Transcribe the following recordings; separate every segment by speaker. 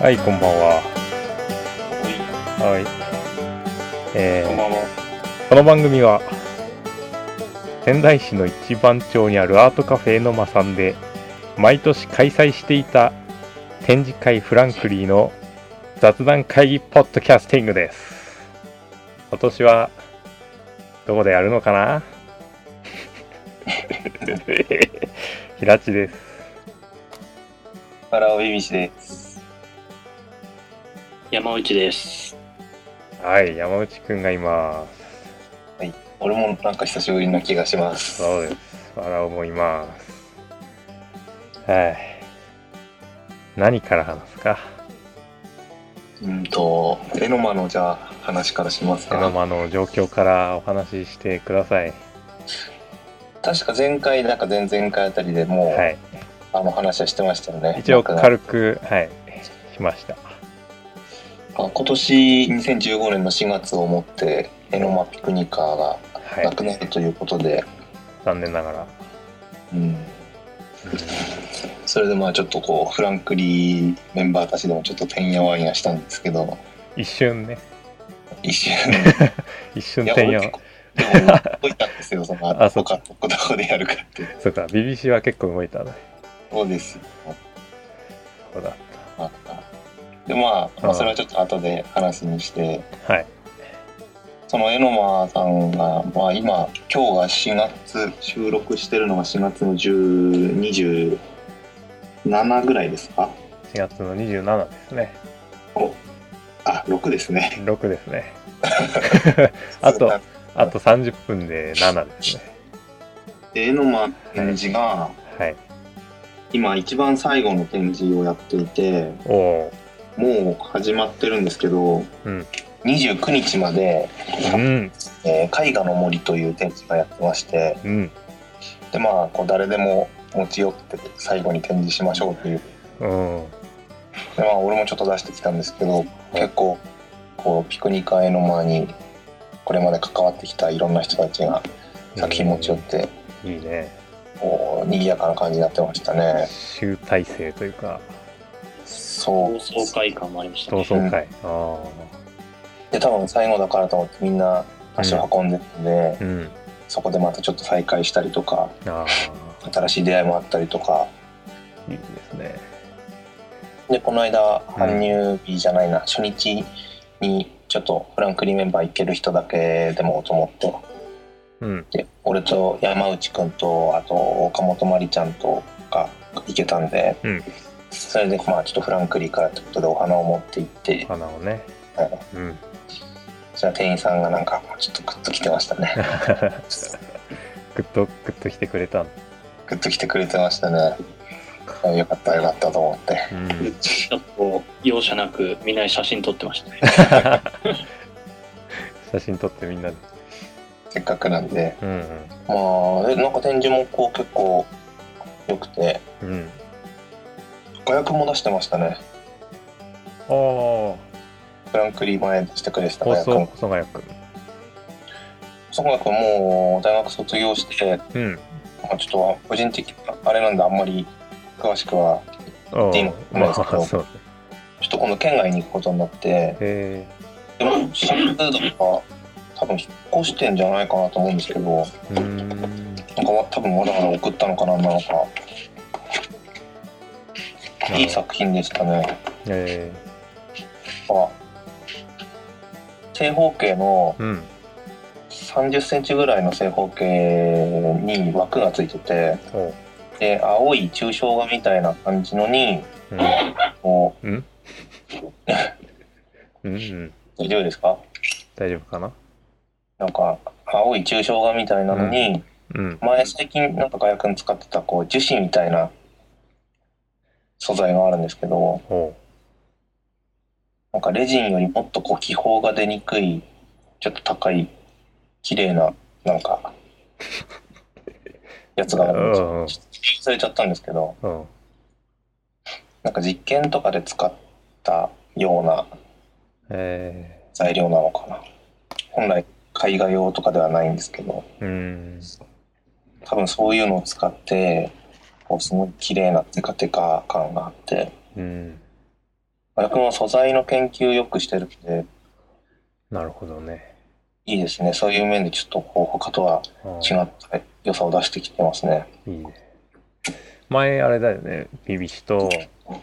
Speaker 1: はい、こんばんは。はい。え
Speaker 2: こん
Speaker 1: ー
Speaker 2: ばんは。
Speaker 1: この番組は、仙台市の一番町にあるアートカフェのまさんで、毎年開催していた展示会フランクリーの雑談会議ポッドキャスティングです。今年は、どこでやるのかな 平地です。
Speaker 2: 原尾由美氏です。
Speaker 3: 山内です。
Speaker 1: はい、山内くんがいます。
Speaker 2: 俺もなんか久しぶりな気がします。
Speaker 1: そうです。笑思います。はい。何から話すか。
Speaker 2: うんと、エノマのじゃあ話からします
Speaker 1: エノ
Speaker 2: か。
Speaker 1: マの状況からお話ししてください。
Speaker 2: 確か前回、なんか前々回あたりでもう、
Speaker 1: はい。
Speaker 2: あの話はしてましたよね。
Speaker 1: 一応
Speaker 2: なんか
Speaker 1: 軽く、はい。しました。
Speaker 2: あ今年2015年の4月をもって、エノマピクニカーが
Speaker 1: はい
Speaker 2: な。くなるということで、
Speaker 1: 残念ながら。
Speaker 2: うん。それでまあちょっとこう、フランクリーメンバーたちでもちょっとてんやわんやしたんですけど、
Speaker 1: 一瞬ね。
Speaker 2: 一瞬、
Speaker 1: 一瞬
Speaker 2: いや
Speaker 1: 転用
Speaker 2: 俺結。構でも動いたんですよ、その、
Speaker 1: あ
Speaker 2: あ
Speaker 1: そう
Speaker 2: 他のどこでやるかって。
Speaker 1: そうか、BBC は結構動いたね。
Speaker 2: そうですよ。
Speaker 1: そうだっ
Speaker 2: まあで、まあ、まあ、それはちょっと後で話にして、
Speaker 1: た。はい。
Speaker 2: そのエノマさんが、まあ今、今日が4月、収録してるのが4月の10 27ぐらいですか
Speaker 1: 4月の27ですね。
Speaker 2: あ、6ですね。
Speaker 1: 6ですね。あと
Speaker 2: で
Speaker 1: あと30分で7ですね。
Speaker 2: エノマ展示が、
Speaker 1: はい。
Speaker 2: 今一番最後の展示をやっていて、
Speaker 1: おお。
Speaker 2: もう始まってるんですけど、
Speaker 1: うん
Speaker 2: 29日まで、
Speaker 1: うん。
Speaker 2: えー絵画の森という展示がやってまして、
Speaker 1: うん。
Speaker 2: でまあこう誰でも持ち寄って最後に展示しましょうという
Speaker 1: うん。
Speaker 2: で、まあ、俺もちょっと出してきたんですけど結構こうピクニカーへの間にこれまで関わってきたいろんな人たちが作品持ち寄って
Speaker 1: いいね。
Speaker 2: こう賑やかな感じになってましたね
Speaker 1: 集大成というか
Speaker 2: そ
Speaker 3: 放
Speaker 2: う
Speaker 3: 送会感もありました
Speaker 1: 同
Speaker 3: ね。
Speaker 1: 窓会、あ
Speaker 2: で多分最後だからと思ってみんな足を運んでるんで、
Speaker 1: あうん
Speaker 2: そこでまたちょっと再会したりとか
Speaker 1: あ
Speaker 2: 新しい出会いもあったりとか
Speaker 1: あいいですね
Speaker 2: でこの間搬入日じゃないな、初日にちょっとフランクリーメンバー行ける人だけでもと思って
Speaker 1: うん
Speaker 2: で俺と山内くんとあと岡本まりちゃんとか行けたんで、
Speaker 1: うん
Speaker 2: それでまあちょっとフランクリーからってことでお花を持って行って、
Speaker 1: 花をね
Speaker 2: うん
Speaker 1: うん
Speaker 2: そしたら店員さんがなんかちょっとグッと来てましたね
Speaker 1: グッとグッと来てくれたん
Speaker 2: グッと来てくれてましたねあよかったよかったと思って
Speaker 1: う
Speaker 3: うん
Speaker 1: ん
Speaker 3: ちょっと容赦なくみんなで写真撮ってましたね。
Speaker 1: 写真撮ってみんなで
Speaker 2: せっかくなんで
Speaker 1: うん
Speaker 2: まあえなんか展示もこう結構良くて
Speaker 1: うんうん
Speaker 2: 画薬も出してましたね
Speaker 1: ああ放
Speaker 2: フランクリー前してくれてた大
Speaker 1: 送
Speaker 2: 学
Speaker 1: 細谷君
Speaker 2: そこがくんもう大学卒業して、
Speaker 1: うん
Speaker 2: まあ、ちょっと個人的なあれなんであんまり詳しくは
Speaker 1: あ
Speaker 2: でも
Speaker 1: あまあ
Speaker 2: まあ
Speaker 1: そう
Speaker 2: ちょっと今度県外に行くことになって
Speaker 1: へ
Speaker 2: でも新通とか多分引っ越してんじゃないかなと思うんですけどなんか
Speaker 1: えうーん
Speaker 2: わ多分わざわざ送ったのかななのかいい作品でしたね
Speaker 1: え
Speaker 2: あ正方形の
Speaker 1: えうん
Speaker 2: 3 0ンチぐらいの正方形に枠がついてて
Speaker 1: おう
Speaker 2: で青い抽象画みたいな感じのに
Speaker 1: うん
Speaker 2: こう
Speaker 1: うんうん
Speaker 2: 大丈夫ですか
Speaker 1: 大丈夫かな
Speaker 2: なんか青い抽象画みたいなのに、
Speaker 1: うん
Speaker 2: 前最近なんかガヤ君使ってたこう樹脂みたいな素材があるんですけど
Speaker 1: おう
Speaker 2: なんかレジンよりもっとこう気泡が出にくいちょっと高い綺麗ななんかやつがあるんですよ
Speaker 1: うん
Speaker 2: 忘れちゃったんですけど
Speaker 1: うん
Speaker 2: なんか実験とかで使ったような
Speaker 1: え
Speaker 2: 材料なのかな本来絵画用とかではないんですけど
Speaker 1: えうん
Speaker 2: 多分そういうのを使ってこうすごい綺麗なテカテカ感があって
Speaker 1: うん
Speaker 2: 僕も素材の研究よくしてるんで、
Speaker 1: なるほどね。
Speaker 2: いいですね。そういう面でちょっとこう他とは
Speaker 1: うん
Speaker 2: 違った良さを出してきてますね。
Speaker 1: いいね。前、あれだよね。ビビシと、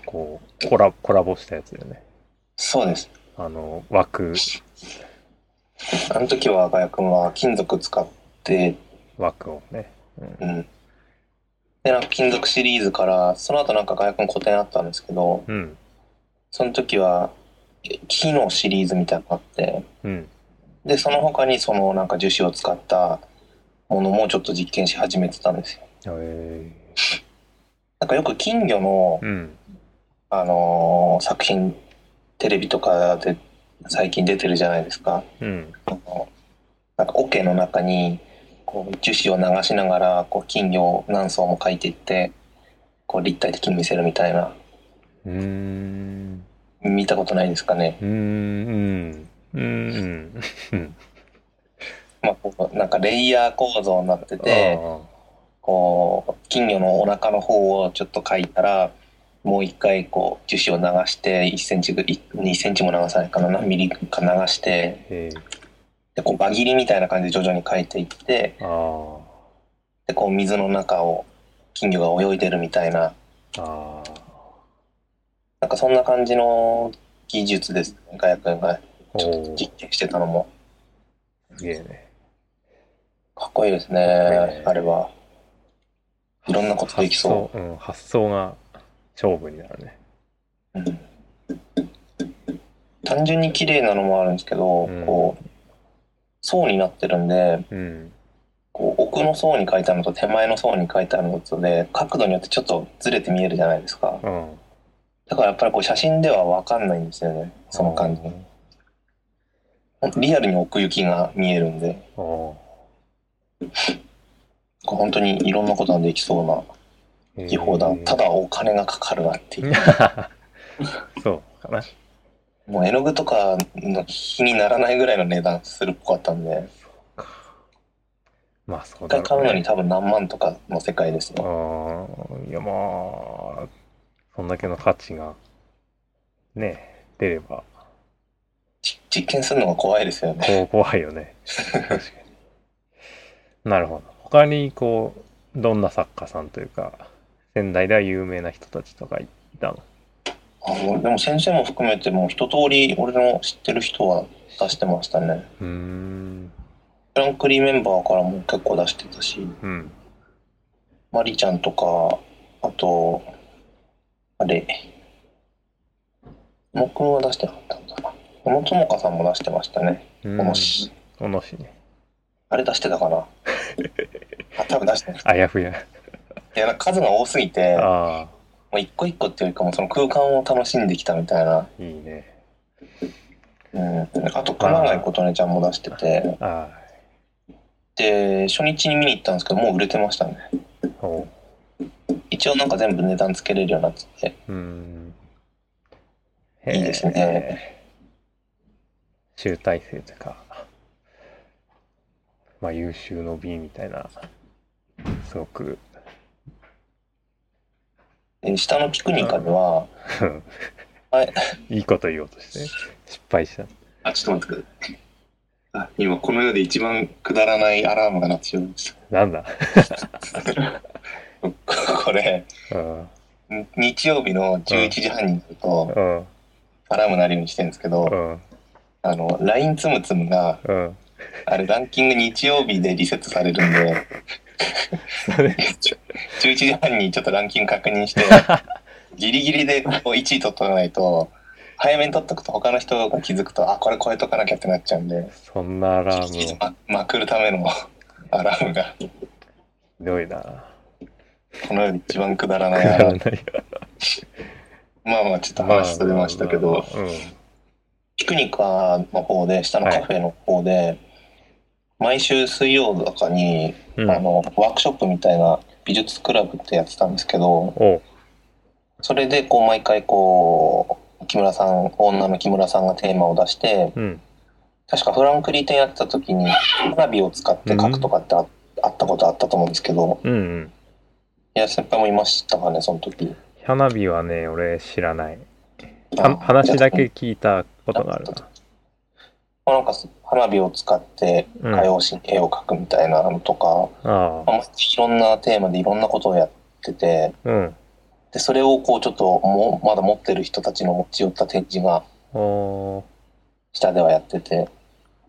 Speaker 1: こう、コラコラボしたやつだよね。
Speaker 2: そうです。
Speaker 1: あの、枠、
Speaker 2: あの時は赤谷君は金属使って、
Speaker 1: 枠をね。うん
Speaker 2: うん。で、なんか金属シリーズから、その後なんか赤谷君個展あったんですけど、
Speaker 1: うん。
Speaker 2: その時はえ木のシリーズみたいなのがあって、
Speaker 1: うん。
Speaker 2: で、その他にそのなんか樹脂を使ったものもちょっと実験し始めてたんですよ。
Speaker 1: え
Speaker 2: なんかよく金魚の
Speaker 1: ー、うん。
Speaker 2: あのー作品テレビとかで最近出てるじゃないですか。
Speaker 1: うん。
Speaker 2: あのなんか桶の中にこう樹脂を流しながらこう金魚を何層も描いていってこう立体的に見せるみたいな
Speaker 1: うーん。
Speaker 2: 見たことないですかね。
Speaker 1: うーん。うん。うん。
Speaker 2: まあ、こうなんかレイヤー構造になって
Speaker 1: あ
Speaker 2: てこう金魚のお腹の方をちょっと描いたらもう一回こう樹脂を流して1センチぐ2センチも流さないかな何ミリか流して
Speaker 1: ーえー
Speaker 2: でこう輪切りみたいな感じで徐々に描いていって。
Speaker 1: あ
Speaker 2: でこう水の中を金魚が泳いでるみたいな
Speaker 1: ーあー。
Speaker 2: なんかそんな感じの技術ですねガヤ君がちょっ
Speaker 1: お
Speaker 2: と
Speaker 1: お。
Speaker 2: 実験してたのも
Speaker 1: すげえね。
Speaker 2: かっこいいですね
Speaker 1: かっこいいね
Speaker 2: あれはいろんなことできそ
Speaker 1: 発想、うん、発想が勝負になるね。
Speaker 2: う、うん単純に綺麗なのもあるんですけど、
Speaker 1: うん
Speaker 2: こう層になってるんで
Speaker 1: うん。
Speaker 2: こう奥の層に書いてあるのと手前の層に書いてあるのとで角度によってちょっとずれて見えるじゃないですか
Speaker 1: うん。
Speaker 2: だからやっぱりこう写真では分かんないんですよねその感じリアルに奥行きが見えるんで、
Speaker 1: おお
Speaker 2: 本当にいろんなことができそうな
Speaker 1: ー。
Speaker 2: 技法だ。
Speaker 1: えー
Speaker 2: ただお金がかかるなっていう。
Speaker 1: そうかな。
Speaker 2: もう絵の具とかの比にならないぐらいの値段するっぽかったんで、
Speaker 1: まあそう
Speaker 2: 一
Speaker 1: だ
Speaker 2: 回買
Speaker 1: ろ
Speaker 2: う
Speaker 1: う
Speaker 2: の
Speaker 1: ね、
Speaker 2: に多分何万とかの世界です
Speaker 1: あ
Speaker 2: よ。
Speaker 1: ーいやまあ、そんだけの価値が、ね、出れば、
Speaker 2: じ実験するのが怖いですよね。
Speaker 1: こう怖いよ ね。確かに。なるほど。他に、こう、どんな作家さんというか、仙台では有名な人たちとかいたの
Speaker 2: あもうでも先生も含めてもう一通り俺の知ってる人は出してましたね。
Speaker 1: うーん。
Speaker 2: フランクリーメンバーからも結構出してたし、
Speaker 1: うん。
Speaker 2: マリちゃんとか、あと、あれ、もくんは出してなかったんだな。小野友香さんも出してましたね。
Speaker 1: うん
Speaker 2: 小野氏。
Speaker 1: 小野市ね。
Speaker 2: あれ出してた かなあ多分出してない。
Speaker 1: あやふや。
Speaker 2: いや、なんか数が多すぎて、も
Speaker 1: あ
Speaker 2: う一個一個っていうよりかも、その空間を楽しんできたみたいな。
Speaker 1: あ、いいね。
Speaker 2: うん。あと、熊谷琴音ちゃんも出してて、
Speaker 1: あ
Speaker 2: で、初日に見に行ったんですけど、もう売れてましたね。
Speaker 1: あ、おう。
Speaker 2: 一応なんか全部値段つけれるようになってて、
Speaker 1: うーん。
Speaker 2: いいですね
Speaker 1: へー。集大成とか、まあ優秀の美みたいな、すごく、
Speaker 2: で下のピクニカでは、はい。
Speaker 1: いいこと言おうとして、失敗した。
Speaker 2: あ、ちょっと待ってください。あ、今この世で一番くだらないアラームが鳴ってしまいまし
Speaker 1: なんだ、
Speaker 2: た。 これ、
Speaker 1: うん、
Speaker 2: 日曜日の11時半になると、
Speaker 1: うん、
Speaker 2: アラーム鳴るようにしてるんですけど、
Speaker 1: うん、
Speaker 2: あの、LINE つむつむが、
Speaker 1: うん。
Speaker 2: あれランキング日曜日でリセットされるんで、
Speaker 1: それ、
Speaker 2: 11時半にちょっとランキング確認して、ギリギリでこう1位取っとかないと、早めに取っとくと他の人が気づくと、あ、これ超えとかなきゃってなっちゃうんで、
Speaker 1: そんなアラームを、
Speaker 2: ままくるためのアラームが、
Speaker 1: ひどいな。
Speaker 2: この世で一番くだらない
Speaker 1: くだ
Speaker 2: アラ
Speaker 1: ら
Speaker 2: ーム。
Speaker 1: ない
Speaker 2: まあまあちょっと話それましたけ
Speaker 1: まあ
Speaker 2: ど、
Speaker 1: まあまあ
Speaker 2: ピクニカの方で、下のカフェの方で、毎週水曜とかに、
Speaker 1: うん、う
Speaker 2: あ
Speaker 1: ん。
Speaker 2: の、ワークショップみたいな美術クラブってやってたんですけど、
Speaker 1: おう、
Speaker 2: それでこう毎回こう木村さん女の木村さんがテーマを出して
Speaker 1: うん、
Speaker 2: 確かフランクリー展やってた時に花火を使って描くとかってあ,、あったことあったと思うんですけど
Speaker 1: うん、うん。
Speaker 2: いや先輩もいましたかねその時
Speaker 1: 花火はね、俺知らない。は話だけ聞いたことがある
Speaker 2: なんか花火を使って
Speaker 1: な。
Speaker 2: 火
Speaker 1: うん、あ
Speaker 2: 曜神絵を描くみたいなのとか、
Speaker 1: あ
Speaker 2: まあいろんなテーマでいろんなことをやってて
Speaker 1: うん。
Speaker 2: でそれをこうちょっともうまだ持ってる人たちの持ち寄った展示が
Speaker 1: お
Speaker 2: 下ではやってて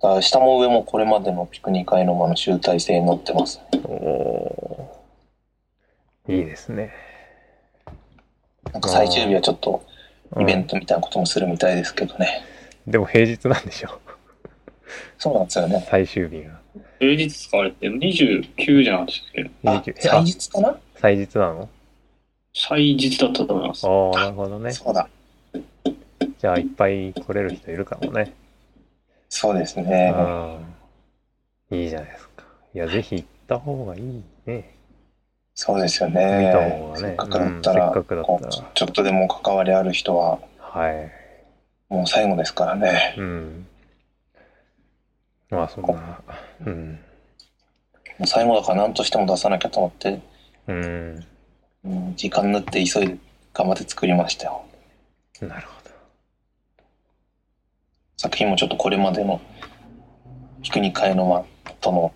Speaker 2: だから下も上もこれまでのピクニカエノマの集大成になってます
Speaker 1: ーおーいいですね。
Speaker 2: なんか最終日はちょっと
Speaker 1: うん
Speaker 2: イベントみたいなこともするみたいですけどね、
Speaker 1: でも平日なんでしょ。
Speaker 2: そうなんですよね
Speaker 1: 最終日が。
Speaker 3: 平日使われて29じゃなかったっけ
Speaker 2: あ
Speaker 1: 29
Speaker 2: 祭日かな
Speaker 1: あ祭日なの
Speaker 3: 祭日だったと思います。
Speaker 1: ああ、なるほどね。
Speaker 2: そうだ
Speaker 1: じゃあいっぱい来れる人いるかもね。
Speaker 2: そうですね
Speaker 1: うんいいじゃないですか。いや、ぜひ行った方がいいね。
Speaker 2: そうですよ
Speaker 1: 見た方
Speaker 2: ね
Speaker 1: がね
Speaker 2: せっかくだった
Speaker 1: うん
Speaker 2: ら,
Speaker 1: せっ
Speaker 2: こ
Speaker 1: か
Speaker 2: う、
Speaker 1: くだったら
Speaker 2: ちょちょっとでも関わりある人は
Speaker 1: はい。
Speaker 2: もう最後ですからね
Speaker 1: うん。まあ、そんな。うん。
Speaker 2: もう最後だから何としても出さなきゃと思って
Speaker 1: うん。
Speaker 2: うん時間縫って急いで頑張って作りましたよ
Speaker 1: なるほど。
Speaker 2: 作品もちょっとこれまでのピクニカエノマとの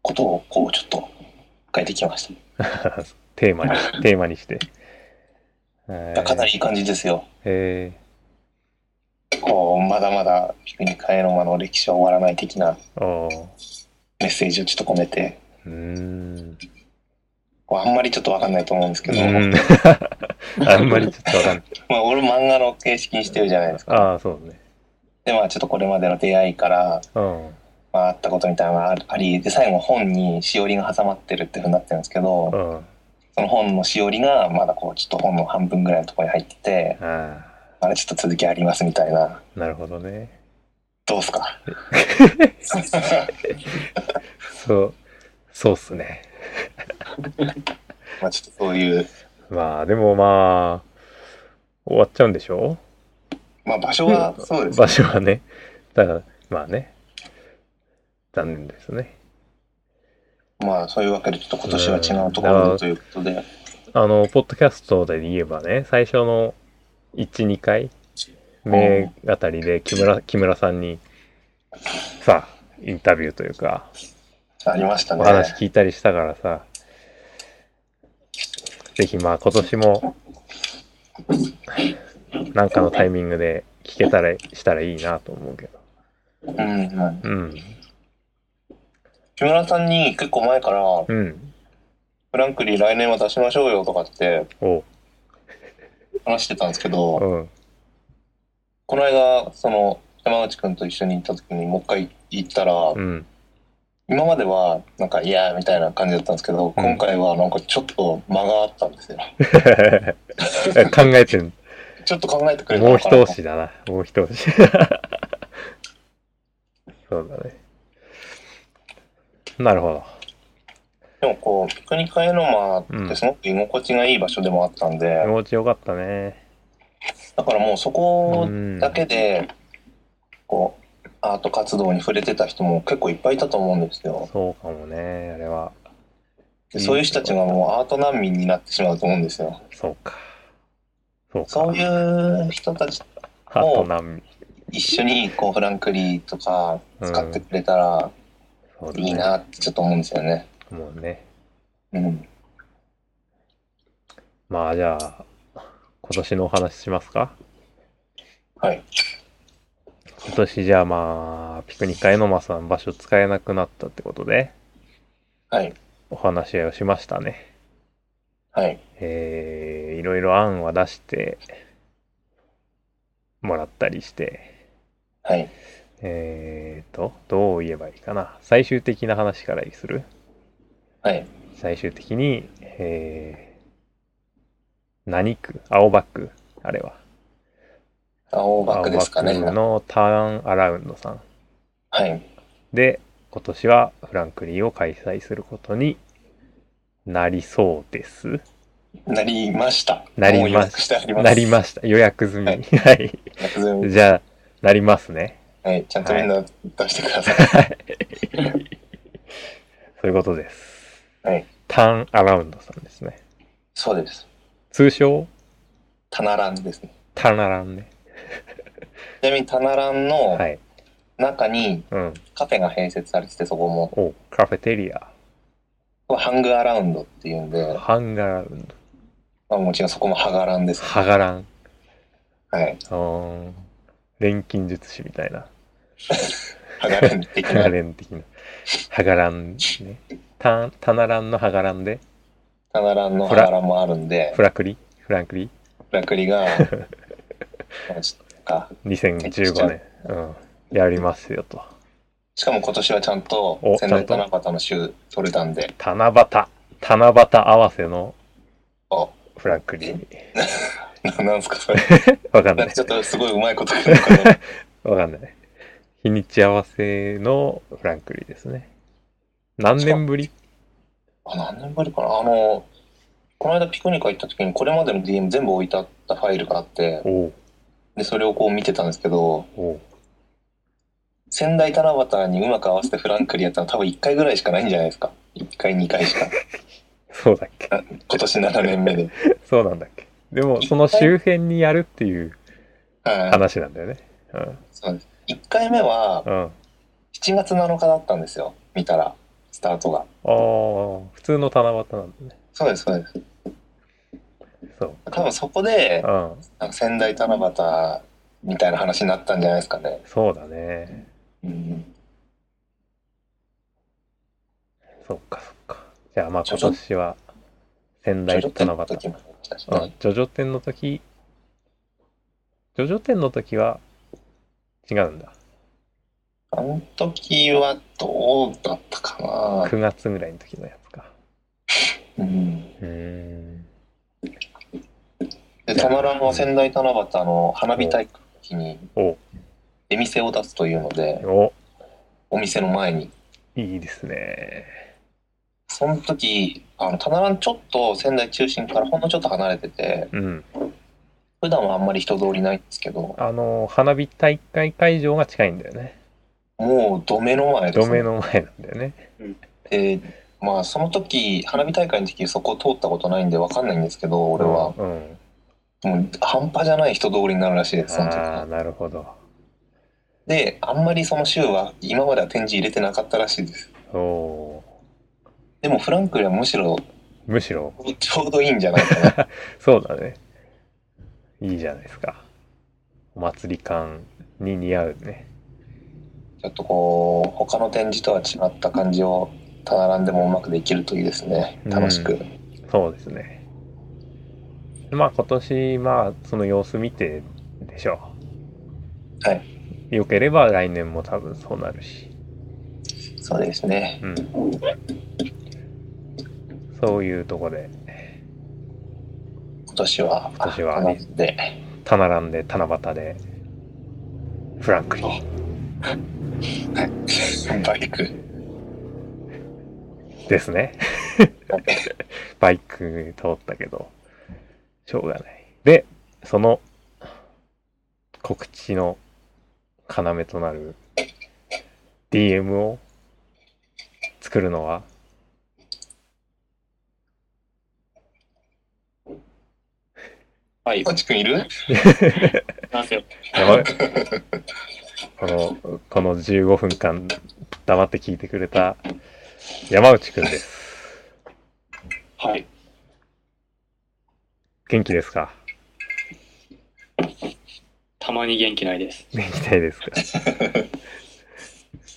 Speaker 2: ことをこうちょっと変えてきまし
Speaker 1: テー マに、テーマにして。え
Speaker 2: たかなりいい感じですよ
Speaker 1: え
Speaker 2: こうまだまだピクニカエノマの歴史は終わらない的な
Speaker 1: ー、お
Speaker 2: メッセージをちょっと込めて
Speaker 1: うーん。
Speaker 2: こうあんまりちょっとわかんないと思うんですけ
Speaker 1: う
Speaker 2: ど、
Speaker 1: ん。 あんまりちょっとわかんない。
Speaker 2: まあ、俺漫画の形式にしてるじゃないですか
Speaker 1: ああ、そうね。
Speaker 2: でまあちょっとこれまでの出会いから、
Speaker 1: うん。
Speaker 2: まあ、あったことみたいなのがあるありで最後本にしおりが挟まってるってふうになってるんですけど、
Speaker 1: うん。あ
Speaker 2: その本のしおりがまだこうちょっと本の半分ぐらいのところに入ってて
Speaker 1: あ、
Speaker 2: あれちょっと続きありますみたいな
Speaker 1: なるほどね。
Speaker 2: どうっす か
Speaker 1: そう、そうっすね。
Speaker 2: まあちょっとそういう、
Speaker 1: まあ、でもまあ、終わっちゃうんでしょ
Speaker 2: まあ、場所はそうです
Speaker 1: 場所はね。だから、まあね。残念ですね。
Speaker 2: まあそういうわけでちょっと今年は違うところでということで
Speaker 1: あの、ポッドキャストで言えばね、最初の1、2回目あたりで木村、木村さんに、さ、インタビューというか、
Speaker 2: ありました
Speaker 1: お
Speaker 2: ね
Speaker 1: 話聞いたりしたからさ、ぜひまあ今年も、なんかのタイミングで聞けたら、したらいいなと思うけど。
Speaker 2: うん、うん、
Speaker 1: うん。
Speaker 2: 木村さんに結構前から「
Speaker 1: うん。
Speaker 2: フランクリー来年は出しましょうよ」とかって
Speaker 1: お
Speaker 2: 話してたんですけど
Speaker 1: うん。
Speaker 2: この間その山内くんと一緒に行った時にもう一回行ったら、
Speaker 1: うん。
Speaker 2: 今まではなんか「いや」みたいな感じだったんですけど、今回はなんかちょっと間があったんですよ
Speaker 1: 考えてる。
Speaker 2: ちょっと考えてくれた
Speaker 1: もう
Speaker 2: の
Speaker 1: 一
Speaker 2: かな
Speaker 1: 押しだな。もう一押し。 そうだね。なるほど。
Speaker 2: でもこうピクニカエノマってすごく居心地がいい場所でもあったんで、
Speaker 1: 気持ちよかったね。
Speaker 2: だからもうそうこ
Speaker 1: ん。
Speaker 2: だけでこうアート活動に触れてた人も結構いっぱいいたと思うんですよ
Speaker 1: そうかもね。あれは。
Speaker 2: でそういう人たちがもうアート難民になってしまうと思うんですよ
Speaker 1: そうか。そうか。
Speaker 2: そういう人たち
Speaker 1: ハート難民。
Speaker 2: 一緒にこうフランクリーとか使ってくれたら
Speaker 1: そうだね
Speaker 2: いいなってちょっと思うんですよね
Speaker 1: もうね。
Speaker 2: うん
Speaker 1: まあじゃあ、今年のお話しますか
Speaker 2: はい
Speaker 1: 今年じゃあまあ、ピクニカエノマさん場所使えなくなったってことで、
Speaker 2: はい
Speaker 1: お話し合いをしましたね。
Speaker 2: はい
Speaker 1: えー、いろいろ案は出してもらったりして、
Speaker 2: はい
Speaker 1: えーと、どう言えばいいかな。最終的な話からする
Speaker 2: はい
Speaker 1: 最終的に、えー、何区青葉区あれは。
Speaker 2: 青バックですかね
Speaker 1: 青葉区のターンアラウンドさん
Speaker 2: はい
Speaker 1: で、今年はフランクリーを開催することになりそうです。
Speaker 2: なりました
Speaker 1: なりま
Speaker 2: もう予約してあります
Speaker 1: なりました。予約済み。
Speaker 2: はい
Speaker 1: はい。
Speaker 2: 約済み
Speaker 1: じゃあ、なりますね。
Speaker 2: はい、ちゃんとみんな出してください。
Speaker 1: そういうことです。
Speaker 2: はい
Speaker 1: ターンアラウンドさんですね。
Speaker 2: そうです。
Speaker 1: 通称
Speaker 2: タナランですね。
Speaker 1: たならんね。
Speaker 2: ちなみにタナランの
Speaker 1: はい。
Speaker 2: 中に
Speaker 1: うん。
Speaker 2: カフェが併設されてて、そこも、
Speaker 1: おカフェテリア。
Speaker 2: ハングアラウンドっていうんで、
Speaker 1: ハンガランド。
Speaker 2: まあ、もちろんそこもハガランです。
Speaker 1: ハガラン。
Speaker 2: はい。
Speaker 1: うーん。錬金術師みたいな。
Speaker 2: ハガラン 的
Speaker 1: ハガ
Speaker 2: な。
Speaker 1: レン的な。ハガランね。タタナランのハガランで、
Speaker 2: タナランのハガランもあるんで、
Speaker 1: フラクリフランクリ
Speaker 2: ラク リが、まあちょっとか
Speaker 1: ?2015 年。うん。やりますよと。
Speaker 2: しかも今年はちゃんと
Speaker 1: お、
Speaker 2: 仙台七夕の週取れたんで、
Speaker 1: 七夕。七夕合わせの
Speaker 2: あ、
Speaker 1: フランクリー。
Speaker 2: ななんすかそれ。
Speaker 1: わかんな
Speaker 2: な
Speaker 1: ん
Speaker 2: か
Speaker 1: い
Speaker 2: ち。ょっとすごいうまいこと言うの かな
Speaker 1: わかんない。日にち合わせのフランクリーですね。何年ぶり
Speaker 2: あ、何年ぶりかなあの、この間ピクニカ行った時にこれまでの DM 全部置いてあったファイルがあって、
Speaker 1: おう
Speaker 2: で、それをこう見てたんですけど、
Speaker 1: おう
Speaker 2: 仙台七夕にうまく合わせてフランクリーやったの多分1回ぐらいしかないんじゃないですか。1回、2回し か。
Speaker 1: そうだっけ
Speaker 2: 今年7年目で。
Speaker 1: そうなんだっけでも、その周辺にやるっていう
Speaker 2: はい。
Speaker 1: 話なんだよね。
Speaker 2: そうです。1回目は
Speaker 1: うん。うん。あ
Speaker 2: 7月7日だったんですよ。見たら、スタートが。
Speaker 1: あー、普通の七夕なんだね。
Speaker 2: そうです、そうです。
Speaker 1: そう。
Speaker 2: 多分そこで、
Speaker 1: うん。
Speaker 2: なんか仙台七夕みたいな話になったんじゃないですかね。
Speaker 1: そうだね。
Speaker 2: うん。
Speaker 1: そっかそっか。じゃあ、まあ今年は、仙台
Speaker 2: ちょっ
Speaker 1: 七夕。
Speaker 2: との時もありましたし
Speaker 1: う
Speaker 2: ね
Speaker 1: ん。ジョジョ展の時、ジョジョ展の時は違うんだ。
Speaker 2: あの時はどうだったか
Speaker 1: 9月ぐらいの時のやつか。
Speaker 2: な。うん。
Speaker 1: うーん。
Speaker 2: で、たまらんは仙台七夕の花火大会に
Speaker 1: お、
Speaker 2: 出店を出すというので、
Speaker 1: お、
Speaker 2: お店の前に。
Speaker 1: いいですね。
Speaker 2: その時、あの、たまらんちょっと仙台中心からほんのちょっと離れてて、
Speaker 1: うん。
Speaker 2: 普段はあんまり人通りないんですけど、
Speaker 1: あの、花火大会会場が近いんだよね。
Speaker 2: もうど目の前です、ね。
Speaker 1: 土目の前なんだよね。
Speaker 2: でまあその時、花火大会の時そこ通ったことないんでわかんないんですけど、俺は。
Speaker 1: うん。
Speaker 2: もう半端じゃない人通りになるらしいです、その時。
Speaker 1: ああ、なるほど。
Speaker 2: で、あんまりその週は今までは展示入れてなかったらしいです。
Speaker 1: おお
Speaker 2: でもフランクよりはむしろ
Speaker 1: ー。むしろ、
Speaker 2: ちょうどいいんじゃないかな。
Speaker 1: そうだね。いいじゃないですか。お祭り感に似合うね。
Speaker 2: ちょっとこう、他の展示とは違った感じを、ただ並んでもうまくできるといいですね。楽しく。
Speaker 1: そうですね。まあ今年、まあその様子見てでしょう。
Speaker 2: はい。
Speaker 1: 良ければ来年も多分そうなるし。
Speaker 2: そうですね。
Speaker 1: うん。そういうとこで、
Speaker 2: 今年は、
Speaker 1: 今年は
Speaker 2: あ並んで、
Speaker 1: たならんで七夕で、フランクリー
Speaker 2: バイク。
Speaker 1: ですね。 バイク通ったけど、しょうがない。で、その告知の要となる DM を作るのは、
Speaker 3: はい
Speaker 2: こ。っちくんいる
Speaker 3: なんせよ。
Speaker 1: 山この、この15分間黙って聞いてくれた山内くんです。
Speaker 3: はい。
Speaker 1: 元気ですか
Speaker 3: たまに元気ないです。
Speaker 1: 元気ないですか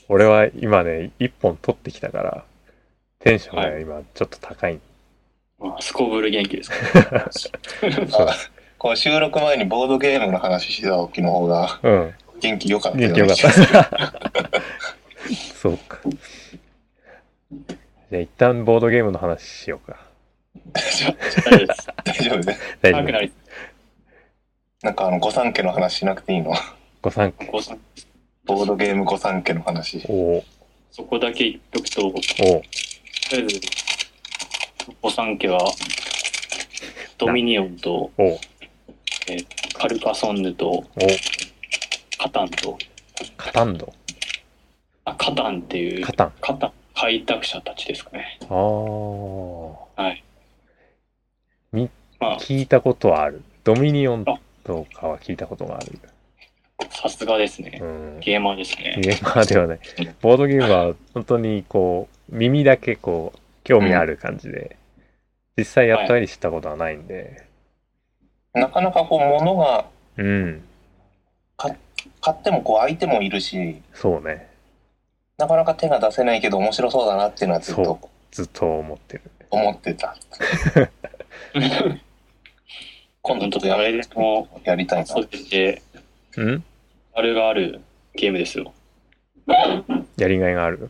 Speaker 1: 俺は今ね、一本取ってきたから、テンションが今ちょっと高い。
Speaker 3: まあ、すこぶる元 気ですか
Speaker 1: そう
Speaker 2: あこう収録前にボードゲームの話してた時の方が
Speaker 1: うん。
Speaker 2: 元気良かった
Speaker 1: 元気よ
Speaker 2: う
Speaker 1: か
Speaker 2: な
Speaker 1: っ
Speaker 2: 気 がする。
Speaker 1: た。そうか。じゃあ一旦ボードゲームの話しようか。
Speaker 3: 大丈夫です。
Speaker 2: 大丈夫です。
Speaker 1: 大
Speaker 3: 高
Speaker 1: 丈
Speaker 3: くな
Speaker 1: 夫。
Speaker 3: り、
Speaker 2: なんかあの、御三家の話しなくていいの
Speaker 1: ご参加。
Speaker 3: こう
Speaker 2: ボードゲーム御三家の話。
Speaker 1: おう
Speaker 3: そこだけ言っとくと、
Speaker 1: おう
Speaker 3: とりあえず、お三家は、ドミニオンと
Speaker 1: おう
Speaker 3: カルカソンヌと
Speaker 1: おう
Speaker 3: カタンと、
Speaker 1: カタンド。
Speaker 3: あ、カタンっていう
Speaker 1: カ、タン。
Speaker 3: カタン、開拓者たちですかね。
Speaker 1: ああ。
Speaker 3: はい。
Speaker 1: み
Speaker 3: まあ、
Speaker 1: 聞いたことはある。ドミニオンとかは聞いたことがある。
Speaker 3: さすがですね
Speaker 1: う。ん。
Speaker 3: ゲーマーですね。
Speaker 1: ゲーマーではない。ボードゲームは本当にこう、耳だけこう、興味ある感じで、実際やったりしたことはないんで、
Speaker 2: なかなかこう物が
Speaker 1: うん、
Speaker 2: 買ってもこう相手もいるし
Speaker 1: そうね、
Speaker 2: なかなか手が出せないけど面白そうだなっていうのはずっと
Speaker 1: そずっと思ってる。
Speaker 2: 思っ てた今
Speaker 3: 今度
Speaker 2: 度
Speaker 3: ち
Speaker 2: ちょっとや
Speaker 3: ょっとあ
Speaker 2: り
Speaker 3: れも、
Speaker 2: やりたいな
Speaker 3: そうして、
Speaker 1: うん
Speaker 3: あれがあるゲームですよ。
Speaker 1: やりがいがある。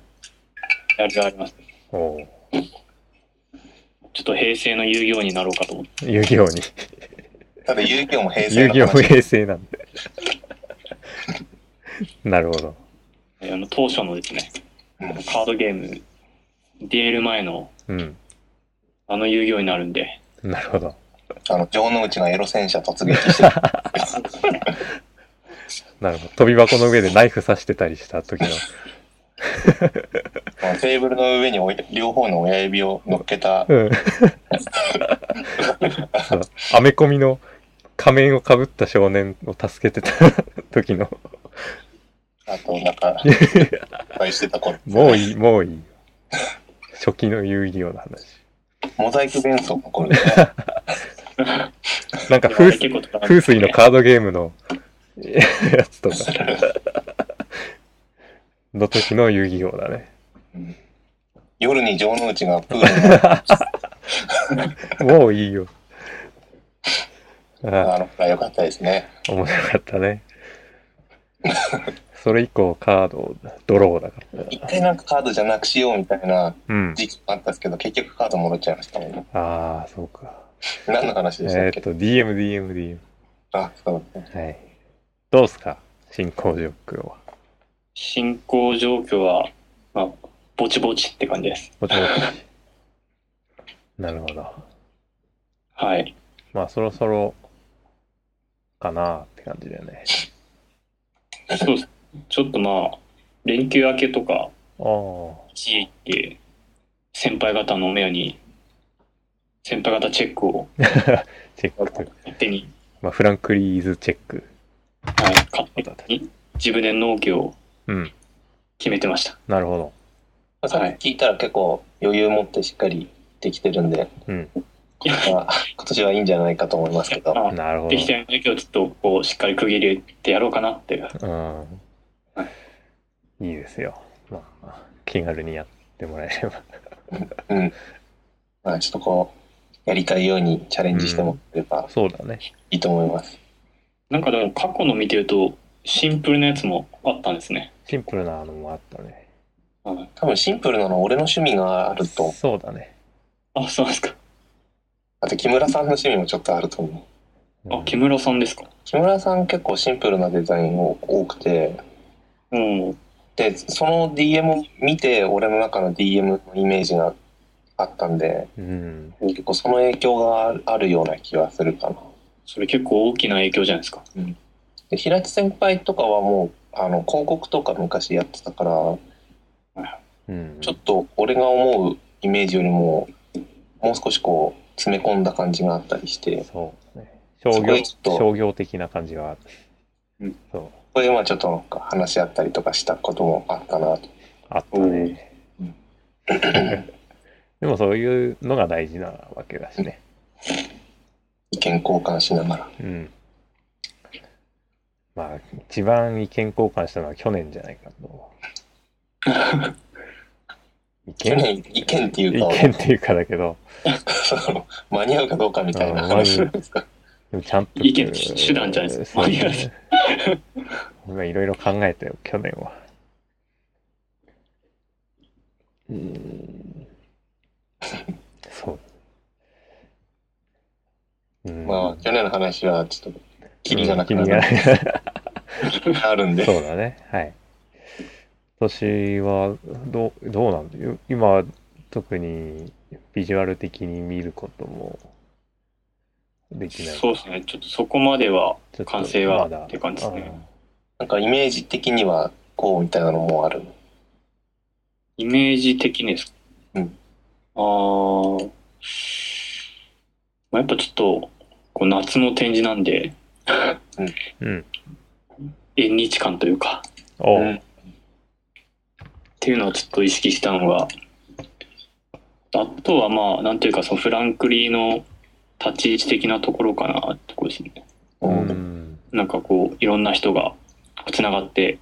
Speaker 3: やるがあります。
Speaker 1: おう
Speaker 3: ちょっと平成の遊戯王になろうかと思って。
Speaker 1: 遊戯王に。
Speaker 2: ただ遊戯王も平成
Speaker 1: 遊
Speaker 2: の
Speaker 1: 戯王
Speaker 2: 話
Speaker 1: 平成なんで。 なるほど。
Speaker 3: あの当初のですね、
Speaker 2: うん
Speaker 3: カードゲーム、ディエル前の
Speaker 1: うん。
Speaker 3: あの遊戯王になるんで、
Speaker 1: なるほど。
Speaker 2: あの城之内がエロ戦車突撃 してる
Speaker 1: なるほど。飛び箱の上でナイフ刺してたりした時の。
Speaker 2: テーブルの上に置いて両方の親指を乗っけた
Speaker 1: うん。 そうアメコミの仮面をかぶった少年を助けてた時の。
Speaker 2: あとなんか対してた頃
Speaker 1: もういい、もういい。初期の遊戯王の話。
Speaker 2: モザイク幻想の頃ですね
Speaker 1: なんか風水、風水のカードゲームの やつとか。の時の遊戯王だね。
Speaker 2: うん夜に城之内がプールの
Speaker 1: もういいよ。あ
Speaker 2: あのが良かったですね
Speaker 1: あ、面白かったね。それ以降カード、ドローだから。
Speaker 2: 一回なんかカードじゃなくしようみたいな
Speaker 1: うん。
Speaker 2: 時期もあったんですけど結局カード戻っちゃいましたもんね
Speaker 1: ああ、そうか。
Speaker 2: 何の話でした
Speaker 1: え
Speaker 2: っ
Speaker 1: ーっ
Speaker 2: け、
Speaker 1: と、DM、DM、
Speaker 2: あそうですね
Speaker 1: DM。はい。どうっすか進行状況は。
Speaker 3: 進行状況は、まあ、ぼちぼちって感じです。
Speaker 1: ぼちぼち。 なるほど。
Speaker 3: はい。
Speaker 1: まあ、そろそろ、かなって感じだよね。
Speaker 3: そうですちょっとまあ、連休明けとか、
Speaker 1: あ
Speaker 3: 地域って、先輩方のお目に、先輩方チェックを
Speaker 1: あ、チェック。
Speaker 3: 勝手に、
Speaker 1: まあ、フランクリーズチェック。
Speaker 3: はい、勝手に自分で納期を
Speaker 1: うん。
Speaker 3: 決めてました。
Speaker 1: なるほ
Speaker 2: さっき聞いたら結構余裕持ってしっかりできてるんで、
Speaker 1: ど。うん。
Speaker 2: まあ、今年はいいんじゃないかと思いますけど
Speaker 3: まあ
Speaker 1: なるほど。
Speaker 3: できてないけど、ちょっとこう、しっかり区切れてやろうかなっていう。
Speaker 1: うん。いいですよ。まあ、気軽にやってもらえれば。
Speaker 2: うん。まあ、ちょっとこう、やりたいようにチャレンジしてもらえれば
Speaker 1: そうだね。
Speaker 2: いいと思います。
Speaker 3: なんかでも過去の見てると、シンプルなやつもあったんですね。
Speaker 1: シンプルなのもあったね。
Speaker 3: はい
Speaker 2: 多分シンプルなのは俺の趣味があると思う。
Speaker 1: そうだね。
Speaker 3: あ、そうなんですか。
Speaker 2: あと木村さんの趣味もちょっとあると思う。
Speaker 1: う
Speaker 3: あ、
Speaker 1: ん
Speaker 3: 木村さんですか。
Speaker 2: 木村さん結構シンプルなデザインを多くて、
Speaker 3: うん。
Speaker 2: で、その DM 見て俺の中の DM のイメージがあったんで、
Speaker 1: うん。
Speaker 2: 結構その影響があるような気はするかな。
Speaker 3: それ結構大きな影響じゃないですか。
Speaker 2: で平地先輩とかはもうあの広告とか昔やってたから
Speaker 1: うん。
Speaker 2: ちょっと俺が思うイメージよりももう少しこう詰め込んだ感じがあったりして
Speaker 1: そう、ね。商
Speaker 2: そこ
Speaker 1: 業
Speaker 2: でちょっ、と
Speaker 1: 商業的な感じはある。
Speaker 3: うん
Speaker 1: そう。
Speaker 2: これでまあちょっとなんか話し合ったりとかしたこともあったなと
Speaker 1: あったね。 でもそういうのが大事なわけだしね。
Speaker 2: 意見交換しながら
Speaker 1: うん。まあ、一番意見交換したのは去年じゃないかと。意
Speaker 2: 去
Speaker 1: 見
Speaker 2: 年意見っていうか
Speaker 1: 意見っていうかだけど、
Speaker 2: その間に合うかどうかみたいな
Speaker 1: うん
Speaker 2: 話ですか
Speaker 1: でもちゃんと。
Speaker 3: 意見手段じゃないですか
Speaker 1: そうねまあいろいろ考えたよ、去年は。 うーん。そう。うん
Speaker 2: まあ去年の話はちょっとキリがなく
Speaker 1: う
Speaker 2: なん
Speaker 1: キリが
Speaker 2: る
Speaker 1: ない。
Speaker 2: あるんで
Speaker 1: そうだね。はい。私は、どう、どうなんだよ。今、特に、ビジュアル的に見ることも、できない。
Speaker 3: そうですね。ちょっとそこまでは
Speaker 1: ちょっと
Speaker 3: 完成は
Speaker 1: まだ
Speaker 3: って感じですね
Speaker 2: なんかイメージ的にはこうみたいなのもある
Speaker 3: イメージ的にですか
Speaker 2: うん
Speaker 3: あーまあやっぱちょっとこう夏の展示なんで、
Speaker 1: うん。
Speaker 3: 縁日感というか、
Speaker 1: おう、
Speaker 2: うん
Speaker 3: っていうのをちょっと意識したのが、あとはまあ、なんていうか、そのフランクリーの立ち位置的なところかなってことですね。
Speaker 1: うん。
Speaker 3: なんかこう、いろんな人がつながって、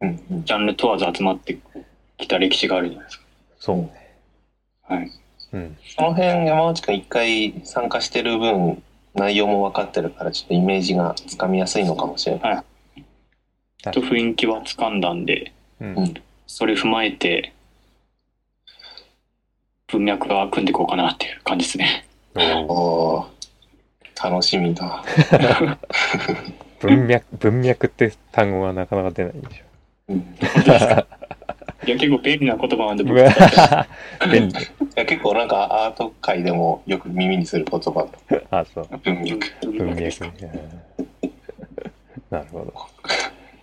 Speaker 2: うんうん
Speaker 3: ジャンル問わず集まってきた歴史があるじゃないですか。
Speaker 1: そうね。
Speaker 3: はい。
Speaker 1: うん。
Speaker 2: その辺山内くん一回参加してる分内容も分かってるからちょっとイメージがつかみやすいのかもしれない。
Speaker 3: ちょっと雰囲気はつかんだんで、
Speaker 1: うん。
Speaker 3: それ踏まえて、文脈が組んでいこうかなっていう感じですね。
Speaker 1: おう
Speaker 2: おー楽しみだ。
Speaker 1: 文脈、文脈って単語がなかなか出ないでし
Speaker 2: うん
Speaker 3: いや、結構便利な言葉なんで、
Speaker 1: ょ。う
Speaker 3: 僕、
Speaker 1: わ便利。
Speaker 2: いや結構なんかアート界でもよく耳にする言葉
Speaker 1: あ、そう。
Speaker 2: 文脈
Speaker 1: 文
Speaker 3: 文
Speaker 1: 脈
Speaker 3: 脈。
Speaker 1: なるほど。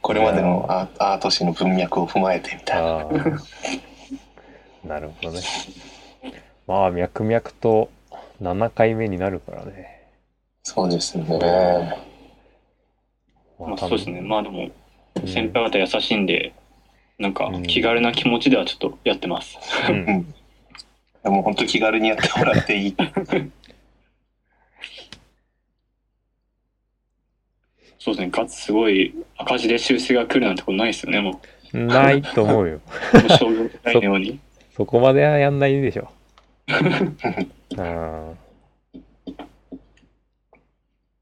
Speaker 2: これまでのアーアート史の文脈を踏まえてみたいな。
Speaker 1: ああ。なるほどね。まあ、脈々と7回目になるからね。
Speaker 2: そうですね。
Speaker 3: まあ、そうですね。
Speaker 1: あ
Speaker 3: まあでも、
Speaker 1: うん
Speaker 3: 先輩方優しいんで、なんか
Speaker 1: うん
Speaker 3: 気軽な気持ちではちょっとやってます。
Speaker 1: 多分、うん
Speaker 2: でも本当気軽にやってもらっていい。
Speaker 3: そうですね。かつすごい赤字で修正が来るなんてことないですよね。も
Speaker 1: ないと思うよ。
Speaker 3: う、もう商業ないのように。
Speaker 1: そこまではやんないで しょ。ああ。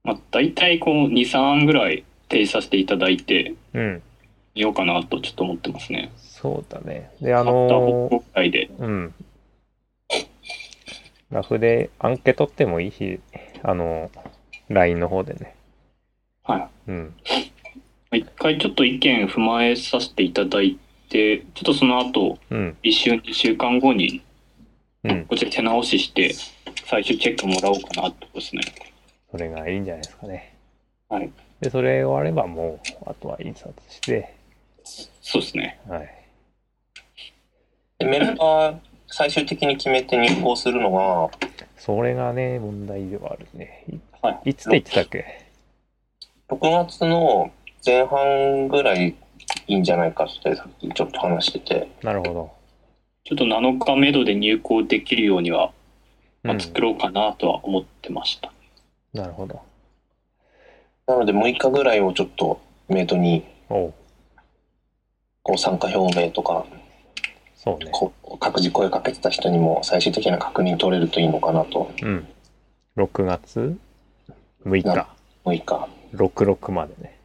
Speaker 3: まあ、大体こう、2、3案ぐらい提示させていただいて
Speaker 1: うん。
Speaker 3: みようかなとちょっと思ってますね。
Speaker 1: そうだね。で、あ
Speaker 3: あった方
Speaker 1: のー
Speaker 3: 向ぐらいで。
Speaker 1: うん。ラフでアンケート取ってもいいし、あのー、LINE の方でね。
Speaker 3: は
Speaker 1: うん。
Speaker 3: い。一回ちょっと意見踏まえさせていただいて、ちょっとその後、
Speaker 1: うん。
Speaker 3: 1週、2週間後に、
Speaker 1: うん。
Speaker 3: こっちで手直しして、最終チェックもらおうかなってことですね。
Speaker 1: それがいいんじゃないですかね。
Speaker 3: はい。
Speaker 1: で、それ終わればもう、あとは印刷して、
Speaker 3: そうですね。
Speaker 1: はい。
Speaker 2: で メンバー最終的に決めて入稿するのが
Speaker 1: それがね、問題ではあるね。
Speaker 3: はい
Speaker 1: いつって言ってたっけ
Speaker 2: 6月の前半ぐらいいいんじゃないかってさっきちょっと話してて。
Speaker 1: なるほど。
Speaker 3: ちょっと7日目処で入校できるようには、
Speaker 1: う
Speaker 3: ま
Speaker 1: ん
Speaker 3: あ、作ろうかなとは思ってました。
Speaker 1: なるほど。
Speaker 2: なので6日ぐらいをちょっとメイトに
Speaker 1: おう
Speaker 2: こう参加表明とか
Speaker 1: そうね。
Speaker 2: こう各自声かけてた人にも最終的な確認取れるといいのかなと
Speaker 1: うん。6月6
Speaker 2: なる
Speaker 1: 日、
Speaker 2: 6日
Speaker 1: 66までね。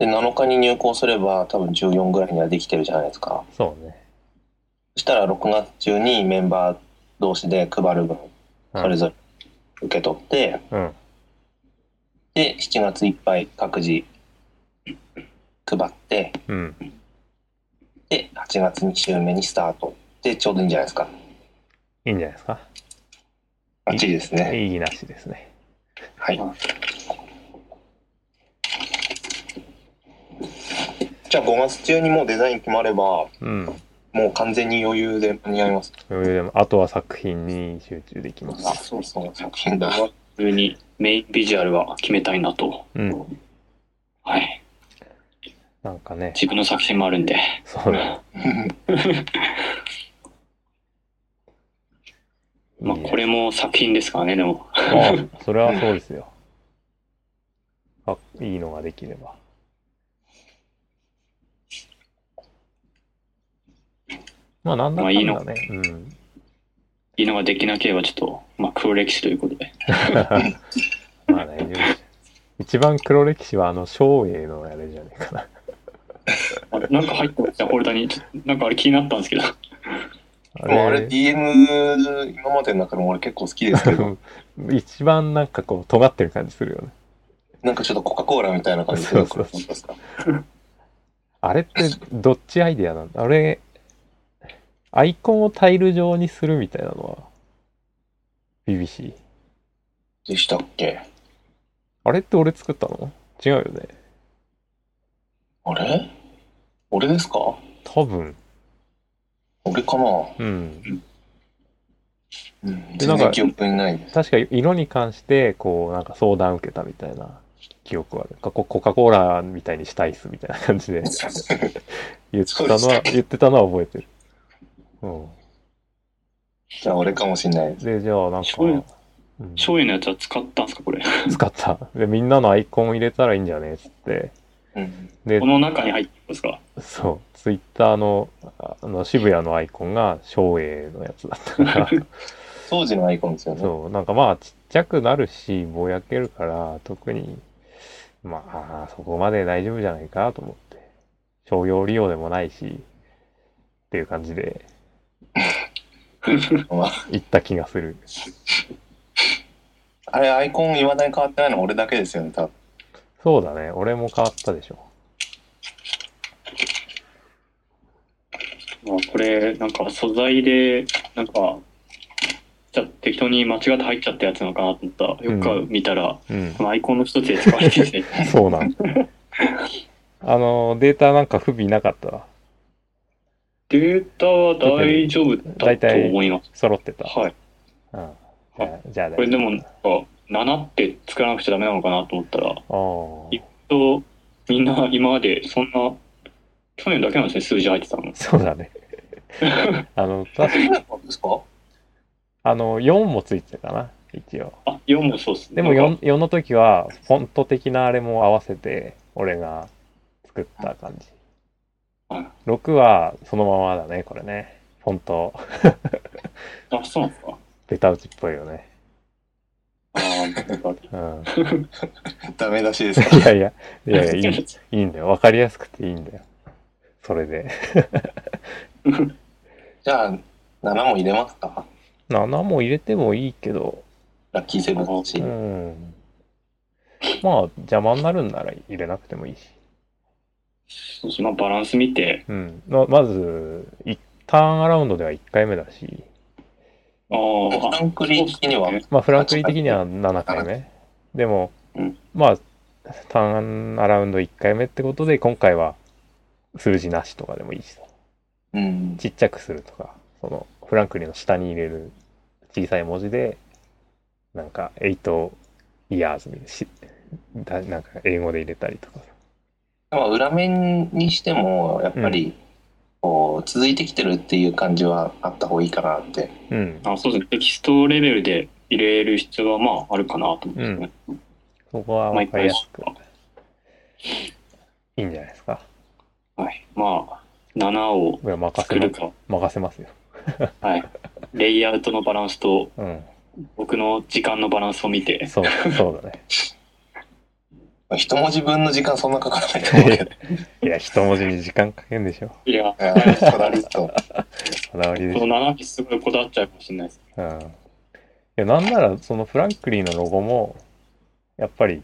Speaker 2: で7日に入校すれば多分14ぐらいにはできてるじゃないですか
Speaker 1: そうね。
Speaker 2: そしたら6月中にメンバー同士で配る分
Speaker 1: うん
Speaker 2: それぞれ受け取って
Speaker 1: うん。
Speaker 2: で7月いっぱい各自配って
Speaker 1: うん。
Speaker 2: で8月2週目にスタートでちょうどいいんじゃないですか
Speaker 1: いいんじゃないですか。
Speaker 2: バッチリですね
Speaker 1: いいなしですね。
Speaker 2: はいじゃあ5月中にもうデザイン決まれば
Speaker 1: うん。
Speaker 2: もう完全に余裕で間に合います。
Speaker 1: それでもあとは作品に集中できます。
Speaker 2: そうそう、作品だ。
Speaker 3: 普通にメインビジュアルは決めたいなと。
Speaker 1: うん。
Speaker 3: はい。
Speaker 1: なんかね、
Speaker 3: 自分の作品もあるんで。
Speaker 1: そう ね。
Speaker 3: まあ、
Speaker 1: いいね
Speaker 3: これも作品ですからね、でも。
Speaker 1: あそれはそうですよ。あ、いいのができれば。まあ、なんだかんだね。
Speaker 3: まあいいの
Speaker 1: うん。
Speaker 3: いいのができなければ、ちょっと、まあ、黒歴史ということで。
Speaker 1: まあ大丈夫です。一番黒歴史はあの、昭栄のあれじゃねえかな。
Speaker 3: あれなんか入ってました、フォルダに。ちょっとなんかあれ気になったんですけど。
Speaker 1: あ
Speaker 2: もうあれ DM 今までの中でも俺結構好きで すけど、
Speaker 1: 一番なんかこう、尖ってる感じするよね。
Speaker 2: なんかちょっとコカ・コーラみたいな感じで
Speaker 1: そうそうそう
Speaker 2: 本当ですか
Speaker 1: あれってどっちアイデアなんだあれ、アイコンをタイル状にするみたいなのは、BBC。
Speaker 2: でしたっけ
Speaker 1: あれって俺作ったの違うよね。
Speaker 2: あれ俺ですか
Speaker 1: 多分。
Speaker 2: 俺かな
Speaker 1: うん。
Speaker 2: うん、
Speaker 1: でな
Speaker 2: 全
Speaker 1: んか
Speaker 2: 然記憶にないです。
Speaker 1: 確か色に関して、こう、なんか相談受けたみたいな記憶はある。コココカ・コーラみたいにしたいっすみたいな感じで言ってたの
Speaker 2: そうでした
Speaker 1: は
Speaker 2: っ、け
Speaker 1: 言ってたのは覚えてる。うん。
Speaker 2: じゃあ俺かもしれないです。
Speaker 1: で、じゃあなんか、
Speaker 3: 醤油
Speaker 1: うん
Speaker 3: 醤油のやつは使ったんですかこれ。
Speaker 1: 使った。で、みんなのアイコン入れたらいいんじゃねえっつって。
Speaker 2: うん、
Speaker 1: で
Speaker 3: こ、の中に入ってますか
Speaker 1: そう、ツイッターの、ああの、渋谷のアイコンが、照英のやつだった から、
Speaker 2: 当時のアイコンですよね。
Speaker 1: そう、なんかまあ、ちっちゃくなるし、ぼやけるから、特に、まあ、そこまで大丈夫じゃないかと思って、商用利用でもないし、っていう感じ で、
Speaker 2: まあ
Speaker 1: 行った気がする。
Speaker 2: あれ、アイコン未だに変わってないの俺だけですよね、多分。
Speaker 1: そうだね、俺も変わったでしょ。
Speaker 3: まあ、これ、なんか素材で、なんか、じゃあ適当に間違って入っちゃったやつなのかなと思ったら、よく見たら、
Speaker 1: うん
Speaker 3: こ。のアイコンの一つで使われてて、
Speaker 1: そうなん。あの、データなんか不備なかったわ
Speaker 3: データは大丈夫だと思います。
Speaker 1: 揃ってた。
Speaker 3: はい。
Speaker 1: うん。じゃあじゃあ大丈夫
Speaker 3: これでも、なんか、7って作らなくちゃダメなのかなと思ったら、
Speaker 1: ああ。
Speaker 3: とみんな今までそんな、去年だけなんですね、数字入ってたの。
Speaker 1: そうだ ね。あの、た
Speaker 2: ですか
Speaker 1: あの、4もついてたかな、一応。
Speaker 3: あ、4もそうっすね。
Speaker 1: でも
Speaker 3: なん
Speaker 1: 4,
Speaker 3: か
Speaker 1: 4の時は、フォント的なあれも合わせて、俺が作った感じ
Speaker 3: はい。
Speaker 1: 6はそのままだね、これね。フォント、
Speaker 3: あ、そうなんですか。
Speaker 1: ベタ打ちっぽいよね。
Speaker 3: あーなんか
Speaker 1: うん。
Speaker 2: ダメ出しです
Speaker 1: い
Speaker 2: か
Speaker 1: やいや、いや いや、いい、いいんだよ。わかりやすくていいんだよ。それで。
Speaker 2: じゃあ、7も入れますか
Speaker 1: 7も入れてもいいけど、
Speaker 2: ラッキーセブンだし
Speaker 1: う。ん。まあ、邪魔になるんなら入れなくてもいいし。
Speaker 3: そうそうまあバランス見て、
Speaker 1: うん。ままず、いターンアラウンドでは1回目だし、
Speaker 3: あー
Speaker 2: フ
Speaker 3: あ、
Speaker 2: ランクリー的には、
Speaker 1: まあ、フランクリー的には7回目。でも
Speaker 3: うん、
Speaker 1: まあ、ターンアラウンド1回目ってことで、今回は数字なしとかでもいいしさ、
Speaker 2: うん、
Speaker 1: ちっちゃくするとか、その、フランクリーの下に入れる小さい文字で、なんか、8 years みたいなし、だなんか英語で入れたりとかさ。
Speaker 2: まあ裏面にしてもやっぱりこう続いてきてるっていう感じはあった方がいいかなって
Speaker 1: うん。
Speaker 3: あそうですね。テキストレベルで入れる必要はまああるかなと思って、ね
Speaker 1: そこはわかりやすく。いいんじゃないですか。
Speaker 3: はい。まあ、7を
Speaker 1: これは任せ
Speaker 3: 作る
Speaker 1: ます。
Speaker 3: か。
Speaker 1: 任せますよ。
Speaker 3: はい。レイアウトのバランスと、
Speaker 1: うん。
Speaker 3: 僕の時間のバランスを見て、
Speaker 1: そう、そうだね。
Speaker 2: まあ一文字分の時間そんなかからないと思うけど
Speaker 1: いや、一文字に時間かけんでしょ。
Speaker 3: いや、
Speaker 2: あれこだわりと
Speaker 1: こだわりでし
Speaker 3: こ
Speaker 1: ょ。
Speaker 3: の7にすごいこだわっちゃうかもしれないです。
Speaker 1: うん。いや、なんなら、そのフランクリーのロゴも、やっぱり、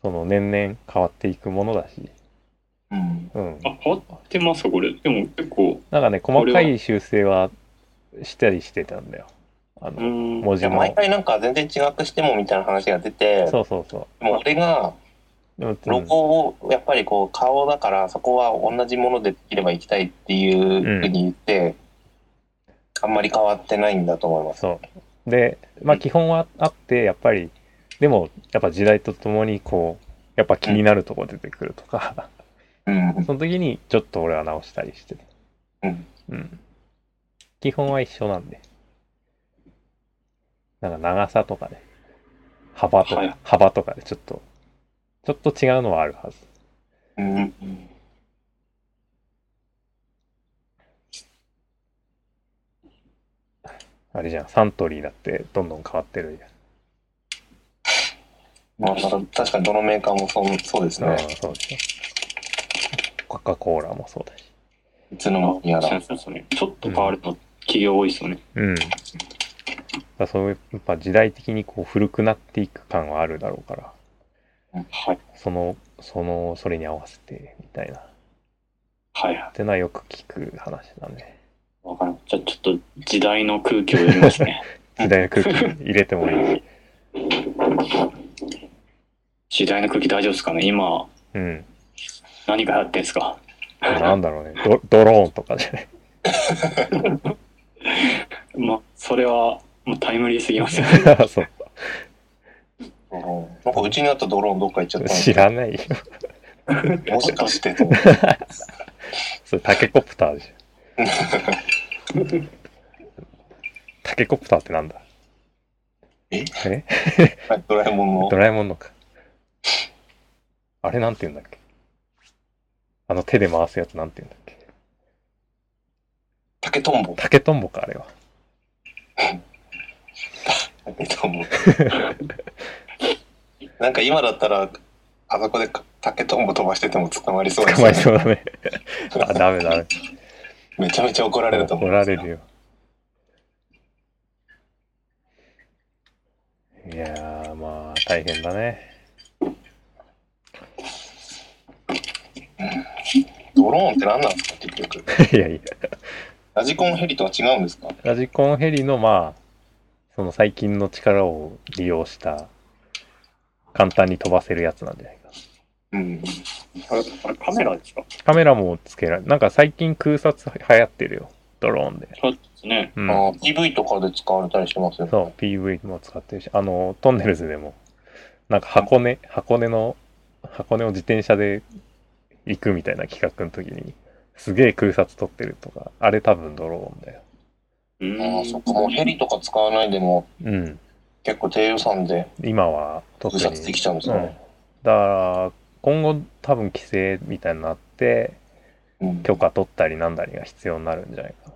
Speaker 1: その年々変わっていくものだし、
Speaker 2: うん
Speaker 1: うん。
Speaker 3: あ、変わってますか、これ。でも結構、
Speaker 1: なんかね、細かい修正はしたりしてたんだよ。あ
Speaker 3: う
Speaker 1: の、
Speaker 3: ーん。
Speaker 1: 文
Speaker 2: じ
Speaker 1: 字
Speaker 2: ゃあ
Speaker 1: も。
Speaker 2: 毎回なんか全然違くしてもみたいな話が出て
Speaker 1: そうそうそ
Speaker 2: でも俺が
Speaker 1: う。でも、うん
Speaker 2: ロゴをやっぱりこう顔だからそこは同じものでできればいきたいっていうふうに言って、あんまり変わってないんだと思います
Speaker 1: そう。で、まあ基本はあって、やっぱり、でも、やっぱ時代とともに、こう、やっぱ気になるとこ出てくるとか、
Speaker 2: うん
Speaker 1: その時にちょっと俺は直したりしてた。
Speaker 2: うん
Speaker 1: うん。基本は一緒なんで。なんか長さとかね、幅とか、
Speaker 3: はい
Speaker 1: 幅とかでちょっと、ちょっと違うのはあるはず。
Speaker 2: うん
Speaker 1: あれじゃん、サントリーだってどんどん変わってるじ
Speaker 2: まあ、確かにどのメーカーもそうそうです
Speaker 1: ゃん。ああ
Speaker 2: ね、
Speaker 1: そうでしょ。コカ・コーラもそうだし。
Speaker 2: いつの間にやら
Speaker 3: そうですねちょっと変わるの企業多いですよね。
Speaker 1: うん。だからそういう、やっぱ時代的にこう古くなっていく感はあるだろうから、
Speaker 3: はい。
Speaker 1: その、その、それに合わせて、みたいな。っ
Speaker 3: はいは
Speaker 1: てのはよく聞く話だね。
Speaker 3: い。わかる。じゃあちょっと時代の空気を読みます ね。
Speaker 1: 時代の空気入れてもいいし。
Speaker 3: 時代の空気大丈夫ですかね今、
Speaker 1: うん。
Speaker 3: 何が流行ってんですか
Speaker 1: なんだろうね。ドドローンとかじゃない。
Speaker 3: まあ、それは、もうタイムリーすぎますよね。
Speaker 1: そう
Speaker 2: うんなんかうちにあったドローンどっか行っちゃった
Speaker 1: 知らないよ。
Speaker 2: のもしかしてと思って
Speaker 1: それタケコプターじゃん。タケコプターってなんだ
Speaker 2: え
Speaker 1: え
Speaker 2: ドラえもんの
Speaker 1: ドラえもんのか。あれなんて言うんだっけあの手で回すやつなんて言うんだっけ
Speaker 2: 竹とんぼ
Speaker 1: 竹とんぼかあれは。
Speaker 2: 竹とんぼなんか今だったらあそこで竹とんぼ飛ばしてても捕まりそうです
Speaker 1: 捕
Speaker 2: よ
Speaker 1: ま
Speaker 2: ね
Speaker 1: えそうだね。あ、ダメダメ。
Speaker 2: めちゃめちゃ怒られると思う
Speaker 1: 怒られるよ。いやー、まあ、大変だね。
Speaker 2: ドローンって何なんですか結局
Speaker 1: いやいや。
Speaker 2: ラジコンヘリとは違うんですか
Speaker 1: ラジコンヘリの、まあ、その最近の力を利用した、簡単に飛ばせるやつなんじゃないかな。
Speaker 2: うん
Speaker 3: あれあれカメラですか
Speaker 1: カメラもつけられ、なんか最近空撮流行ってるよ。ドローンで。
Speaker 3: そうですね。
Speaker 1: うん。
Speaker 2: あ EV とかで使われたりしてますよね。
Speaker 1: そう、PV も使ってるし、あの、トンネルズでも、なんか箱根、箱根の、箱根を自転車で行くみたいな企画の時に、すげえ空撮撮ってるとか、あれ多分ドローンだよ。
Speaker 3: う
Speaker 2: ああ、そっか。
Speaker 3: ん。
Speaker 2: もうヘリとか使わないでも
Speaker 1: うん。
Speaker 2: 結構低予算で
Speaker 1: 今は特
Speaker 2: 複
Speaker 1: に。
Speaker 2: 雑できちゃうんです
Speaker 1: う
Speaker 2: よ
Speaker 1: ん。だ
Speaker 2: ね。
Speaker 1: から、今後多分規制みたいになって、
Speaker 2: うん
Speaker 1: 許可取ったりなんだりが必要になるんじゃないか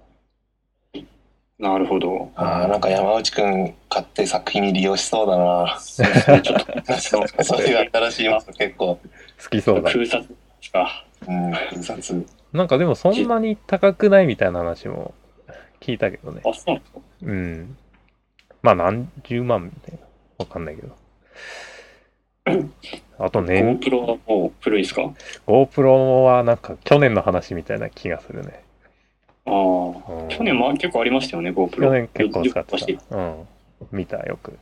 Speaker 1: な。
Speaker 3: なるほど。
Speaker 2: ああ、なんか山内くん買って作品に利用しそうだ な。
Speaker 3: そうですねちょっと
Speaker 2: そういう新しい要素結構。
Speaker 1: 好きそうだ。
Speaker 3: 空撮ですか。
Speaker 2: うん、複雑。
Speaker 1: なんかでもそんなに高くないみたいな話も聞いたけどね。
Speaker 3: あ、そうなんですか。
Speaker 1: うん。まあ何十万みたいな。わかんないけ ど。あとね、
Speaker 3: GoPro はもう古いですかあ
Speaker 1: GoPro はなんか去年の話みたいな気がするね。
Speaker 3: あー。
Speaker 1: うん
Speaker 3: 去年も結構ありましたよね、GoPro。
Speaker 1: 去年結構使っ
Speaker 3: 昔
Speaker 1: てた。うん。見た、よく。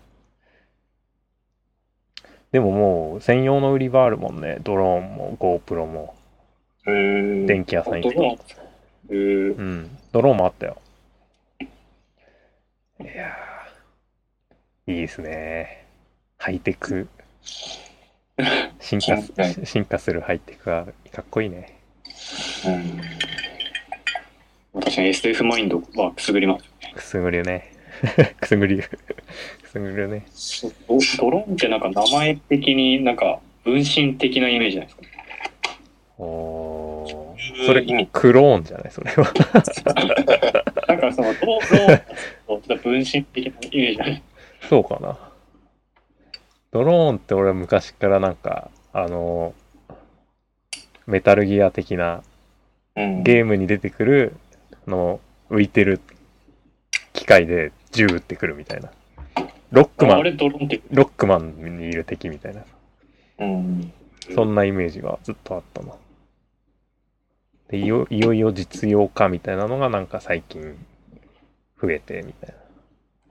Speaker 1: でももう専用の売り場あるもんね。ドローンも GoPro も
Speaker 2: へー
Speaker 1: 電気屋さん行
Speaker 3: ド
Speaker 1: くと
Speaker 3: ローンですかえー
Speaker 1: うん。ドローンもあったよ。いやーいいですね。ハイテク。進化
Speaker 2: 進化、
Speaker 1: 進化するハイテクはかっこいいね。
Speaker 2: うん
Speaker 3: 確かに SF マインドはくすぐります。
Speaker 1: くすぐるね。 くすぐる。 くすぐるね。
Speaker 3: ドドローンってなんか名前的になんか分身的なイメージじゃないですか。
Speaker 1: おー。
Speaker 2: ん
Speaker 1: それ、クローンじゃないそれは。
Speaker 3: なんかその、ドローンと分身的なイメージじゃ ない
Speaker 1: そうかな。ドローンって俺は昔からなんか、あの、メタルギア的な
Speaker 2: うん
Speaker 1: ゲームに出てくる、あの、浮いてる機械で銃撃ってくるみたいな。ロックマ
Speaker 3: あ
Speaker 1: ン、
Speaker 3: れドローンって、
Speaker 1: ロックマンにいる敵みたいな。
Speaker 2: うん。
Speaker 1: そんなイメージがずっとあったな。で、いよいよいよ実用化みたいなのがなんか最近増えてみた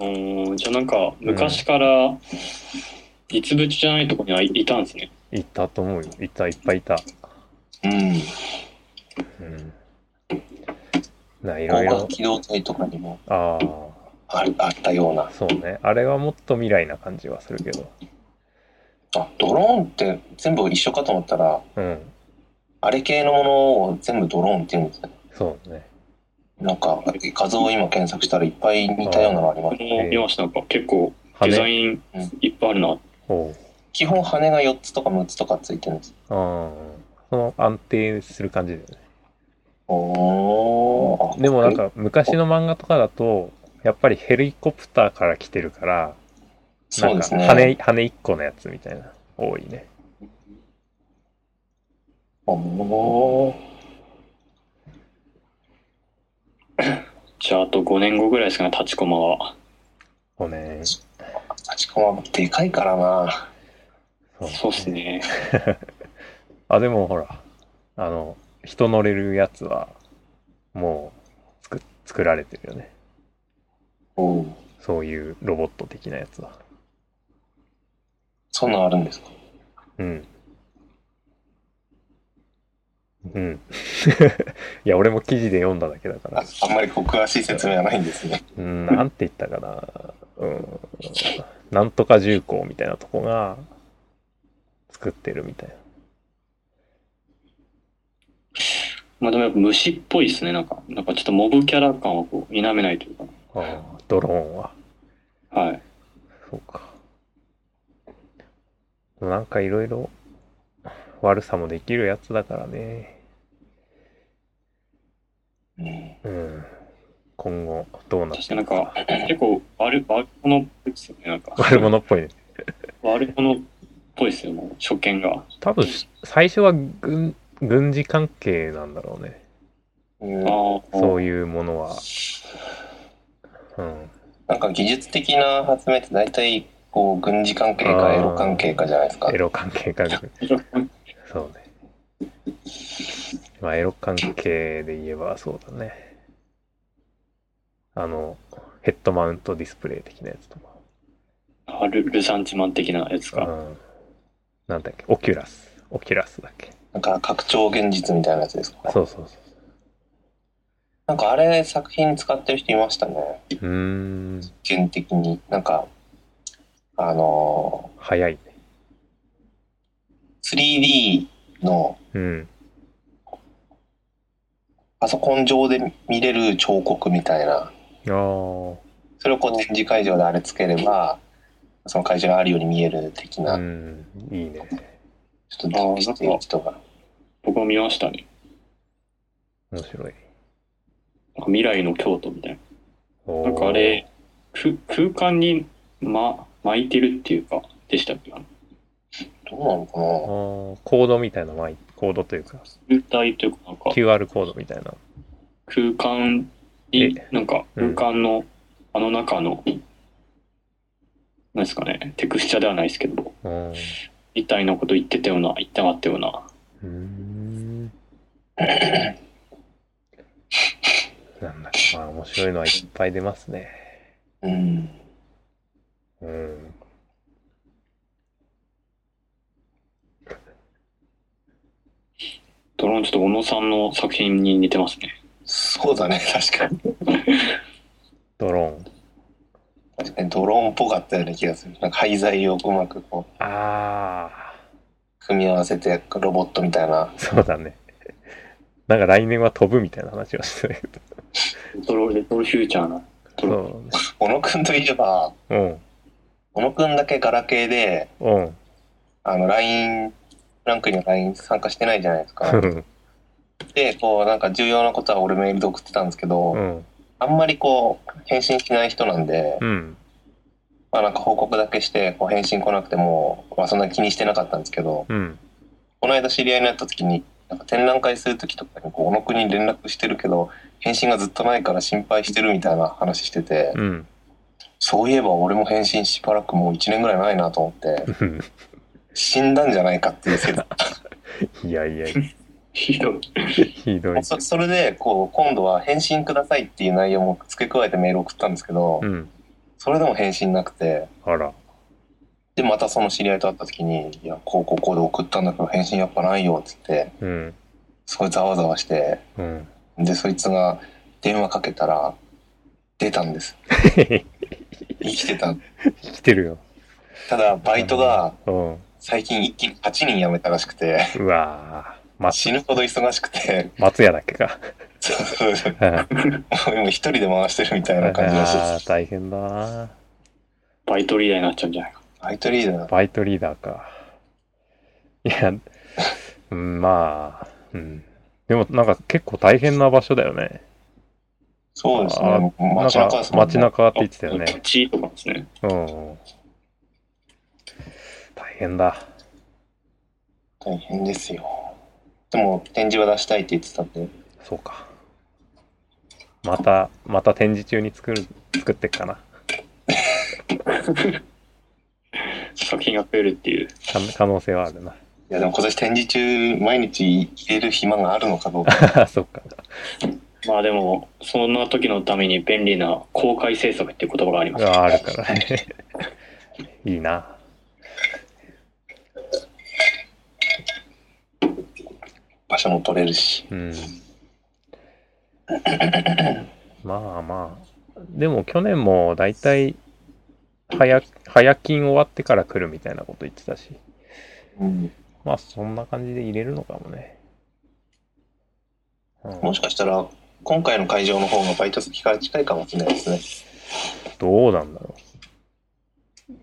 Speaker 1: い
Speaker 3: うんじゃあなんか昔から実物じゃないとこにはいいたんですね。
Speaker 1: な。いたと思うよ。いた、いっぱいいた。
Speaker 2: うん。
Speaker 1: うん。な、いろ
Speaker 2: 高
Speaker 1: い
Speaker 2: 架
Speaker 1: ろ。
Speaker 2: 機動隊とかにも
Speaker 1: あ
Speaker 2: ああったような
Speaker 1: あ、。そうね。あれはもっと未来な感じはするけど。
Speaker 2: あ、ドローンって全部一緒かと思ったら、
Speaker 1: うん。
Speaker 2: あれ系のものを全部ドローンって言うんですね。
Speaker 1: そうね。
Speaker 2: なんか画像を今検索したらいっぱい似たようなのありま
Speaker 3: こ
Speaker 2: す。
Speaker 3: の見ましたなんか結構デザ
Speaker 1: 羽。
Speaker 3: インいっぱいあるな。
Speaker 1: おう
Speaker 2: 基本羽が4つとか6つとかついてるんです。
Speaker 1: ああ、その安定する感じだよね。
Speaker 2: おー。
Speaker 1: でもなんか昔の漫画とかだと、やっぱりヘリコプターから来てるから、な
Speaker 2: そうんで
Speaker 1: か
Speaker 2: すね。
Speaker 1: 羽、羽一個のやつみたいな、多いね。
Speaker 2: おー。
Speaker 3: じゃああと5年後ぐらいですかね、立ちコマは。
Speaker 1: 5年。そ
Speaker 2: 立川でかいからな。
Speaker 1: う
Speaker 3: そうっすね。
Speaker 1: あ、でもほら、あの、人乗れるやつは、もう、作、作られてるよね。
Speaker 2: おー
Speaker 1: そういうロボット的なやつは。
Speaker 2: そんなんあるんですか
Speaker 1: うん。うん。 いや、俺も記事で読んだだけだから
Speaker 2: あ。あんまり詳しい説明はないんですね。
Speaker 1: うん、なんて言ったかな。うん、なんとか重工みたいなとこが作ってるみたいな。
Speaker 3: まあでもやっぱ虫っぽいですね、なんか。なんかちょっとモブキャラ感はこう、否めないというか。
Speaker 1: ああドローンは。
Speaker 3: はい。
Speaker 1: そうか。なんかいろいろ悪さもできるやつだからね。
Speaker 2: うん
Speaker 1: うん。今後どうなっ
Speaker 3: そしてて
Speaker 1: い
Speaker 3: なん
Speaker 1: く
Speaker 3: か、 結構悪、悪者っぽいですよね、なんか。
Speaker 1: 悪者っぽいね。
Speaker 3: 悪者っぽいですよ、もう、初見が。
Speaker 1: 多分し最初は軍軍事関係なんだろうね。
Speaker 2: うん
Speaker 3: ああ、。
Speaker 1: そうういうものは。うん。
Speaker 2: なんか技術的な発明って大体こう軍事関係
Speaker 1: あ
Speaker 2: か
Speaker 1: ー
Speaker 2: エロ関係かじゃないですか
Speaker 1: エ。ロ関係関係。そうね。まあ、エロ関係で言えばそうだね。あの、ヘッドマウントディスプレイ的なやつとか。
Speaker 3: あルルサンチマン的なやつ
Speaker 1: う
Speaker 3: か。
Speaker 1: ん。なんだっけ、オキュラス。オキュラスだっけ。
Speaker 2: なんか拡張現実みたいなやつですか。
Speaker 1: そうそうそ
Speaker 2: なんかあれ作品使ってる人いましたね。
Speaker 1: う。うーん。
Speaker 2: 実験的に。なんか、あの
Speaker 1: 早いね。
Speaker 2: ー、3D の
Speaker 1: うん。
Speaker 2: パソコン上で見れる彫刻みたいな。
Speaker 1: ああ。
Speaker 2: それをこう展示会場であれつければ、その会場があるように見える的な、
Speaker 1: うん。いいね。
Speaker 2: ちょっと準備してる人が。
Speaker 3: 僕も見ましたね。
Speaker 1: 面白い。
Speaker 3: なんか未来の京都みたい
Speaker 1: お
Speaker 3: な。
Speaker 1: ー
Speaker 3: なんかあれ、く空間に、ま、巻いてるっていうか、でしたっけ
Speaker 2: どうなのかな
Speaker 1: あーコードみたいな、まあコードというか、
Speaker 3: 流体というか、なんか
Speaker 1: QR コードみたいな。
Speaker 3: 空間
Speaker 1: え
Speaker 3: に、なんか
Speaker 1: う
Speaker 3: 空
Speaker 1: ん
Speaker 3: 間の、あの中の、なんですかね、テクスチャではないですけど、
Speaker 1: うん。う
Speaker 3: みたいなこと言ってたような、言ってなかったような。
Speaker 1: ーん。なんだか、まあ面白いのはいっぱい出ますね。
Speaker 2: うん。
Speaker 1: うん。
Speaker 3: ドローンちょっと小野さんの作品に似てますね。
Speaker 2: そうだね、確かに。
Speaker 1: ドローン。
Speaker 2: 確かにドローンっぽかったような気がする。なんか廃材をうまくこう、
Speaker 1: ああ。
Speaker 2: 組み合わせて、ロボットみたいな。
Speaker 1: そうだね。なんか来年は飛ぶみたいな話をしてたけど。
Speaker 3: レトロ、レトロフューチャーな。
Speaker 1: そ
Speaker 3: そう
Speaker 2: 小野くんといえば、
Speaker 1: ね。
Speaker 2: 小野くんだけガラケーで、
Speaker 1: うん。うん。
Speaker 2: あの、LINE、フランクには LINE 参加してないじゃないです
Speaker 1: う
Speaker 2: か。
Speaker 1: ん。
Speaker 2: で、こう、なんか重要なことは俺メールで送ってたんですけど、
Speaker 1: うん。
Speaker 2: あんまりこう、返信しない人なんで、
Speaker 1: うん。
Speaker 2: まあなんか報告だけして、こう返信来なくても、まあそんな気にしてなかったんですけど、
Speaker 1: うん。
Speaker 2: この間知り合いになった時に、なんか展覧会する時とかに、こう、小野くんに連絡してるけど、返信がずっとないから心配してるみたいな話してて、
Speaker 1: うん。
Speaker 2: そういえば俺も返信しばらくもう1年ぐらいないなと思って、
Speaker 1: うん
Speaker 2: 死んだんじゃないかっていう説
Speaker 1: いやいや、
Speaker 3: ひどい。
Speaker 1: ひどい。
Speaker 2: そそれで、こう、今度は返信くださいっていう内容も付け加えてメール送ったんですけど
Speaker 1: う、ん。
Speaker 2: それでも返信なくて、
Speaker 1: あら。
Speaker 2: で、またその知り合いと会った時に、いや、こう、こう、こうで送ったんだけど返信やっぱないよって言って、
Speaker 1: うん。
Speaker 2: すごいざわざわして、
Speaker 1: うん。
Speaker 2: で、そいつが電話かけたら、出たんです。
Speaker 1: 生
Speaker 2: 生きてた。
Speaker 1: きてるよ。
Speaker 2: ただ、バイトが
Speaker 1: うん。
Speaker 2: 最近一気に8人辞めたらしくて、
Speaker 1: うわぁ。松
Speaker 2: 死ぬほど忙しくて、
Speaker 1: 松屋だっけか。
Speaker 2: そうそう
Speaker 1: あ
Speaker 2: もう今一人で回してるみたいな感じらしいで
Speaker 1: あ
Speaker 2: す。
Speaker 1: 大変だな
Speaker 3: バイトリーダーになっちゃうんじゃないか。
Speaker 2: バイトリーダー。
Speaker 1: バイトリーダーか。いや、うん、まあ、うん。でもなんか結構大変な場所だよね。
Speaker 2: そうです
Speaker 1: あ
Speaker 2: ね。
Speaker 1: なん
Speaker 2: 街中
Speaker 1: か
Speaker 2: ですもん
Speaker 1: 街
Speaker 2: ね。
Speaker 1: 中って言ってたよね。
Speaker 3: 立ちとかですね。
Speaker 1: うん。大変だ。
Speaker 2: 大変ですよ。でも、展示は出したいって言ってたんで、
Speaker 1: そうか。また、また展示中に作る、作ってっかな。
Speaker 3: 作品が増えるっていう。
Speaker 1: か可能性はあるな。
Speaker 2: いや、でも今年展示中、毎日入れる暇があるのかどうか。
Speaker 1: あそうか。
Speaker 3: まあでも、そんな時のために便利な公開制作っていう言葉があります。
Speaker 1: ああるから ね。いいな。
Speaker 2: 場所も取れるし。
Speaker 1: うん。まあまあ。でも去年も大体早、早勤終わってから来るみたいなこと言ってたし。
Speaker 2: うん、
Speaker 1: まあ、そんな感じで入れるのかもね。うん
Speaker 2: もしかしたら、今回の会場の方がバイト先から近いかもしれないですね。
Speaker 1: どうなんだろう。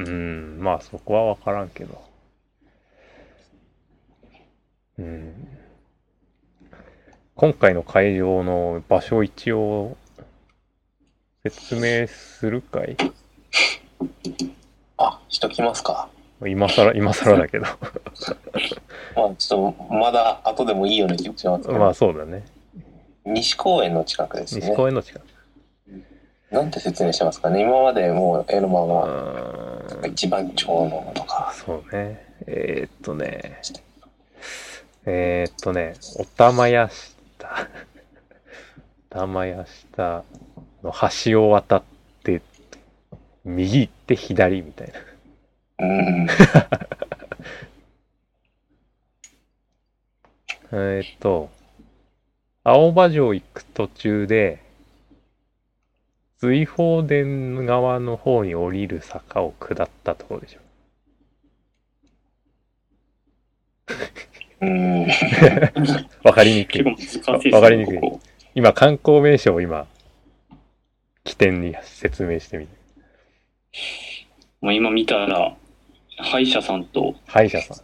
Speaker 1: うーん、まあそこはわからんけど。うん。今回の会場の場所を一応説明するかい
Speaker 2: あ、しときますか。
Speaker 1: 今更、今更だけど。
Speaker 2: まあ、ちょっと、まだ後でもいいような気がしますけ ど、
Speaker 1: まあそうだね。
Speaker 2: 西公園の近くです
Speaker 1: 西
Speaker 2: ね。
Speaker 1: 公園の近く。
Speaker 2: なんて説明してますかね。今までもう、エロマン
Speaker 1: う
Speaker 2: は
Speaker 1: ーん。
Speaker 2: 一番長のとか、
Speaker 1: そうね。えー、っとね。えー、っとね、おたまやした。おたまやしたの橋を渡って、右行って左みたいな。
Speaker 2: うん、
Speaker 1: えー、っと、青葉城行く途中で、瑞鳳殿側の方に降りる坂を下ったところでしょ。
Speaker 2: うん、
Speaker 1: わかりにくい
Speaker 3: 結構。難しい
Speaker 1: わかりにくい
Speaker 3: ここ
Speaker 1: 今観光名所を今起点に説明してみて
Speaker 3: まあ、今見たら、歯医者さんと、
Speaker 1: 歯医者さん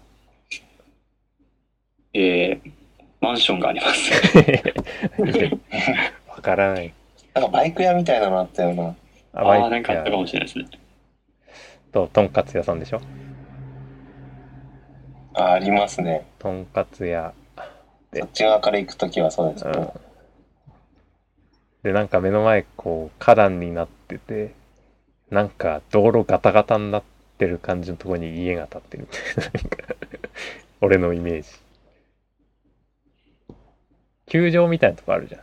Speaker 3: えー、マンションがあります。
Speaker 1: わからない
Speaker 2: なんかバイク屋みたいなのあったよな。
Speaker 1: あ
Speaker 3: あ
Speaker 1: バイ
Speaker 3: あ
Speaker 1: ク
Speaker 3: ー、なんかあったかもしれないですね。
Speaker 1: ととんかつ屋さんでしょ
Speaker 2: あありますね。
Speaker 1: とんかつ屋
Speaker 2: そっち側から行くときはそうです
Speaker 1: う
Speaker 2: ね。
Speaker 1: んでなんか目の前こう花壇になっててなんか道路ガタガタになってる感じのところに家が建ってるみたいななんか俺のイメージ球場みたいなとこあるじゃん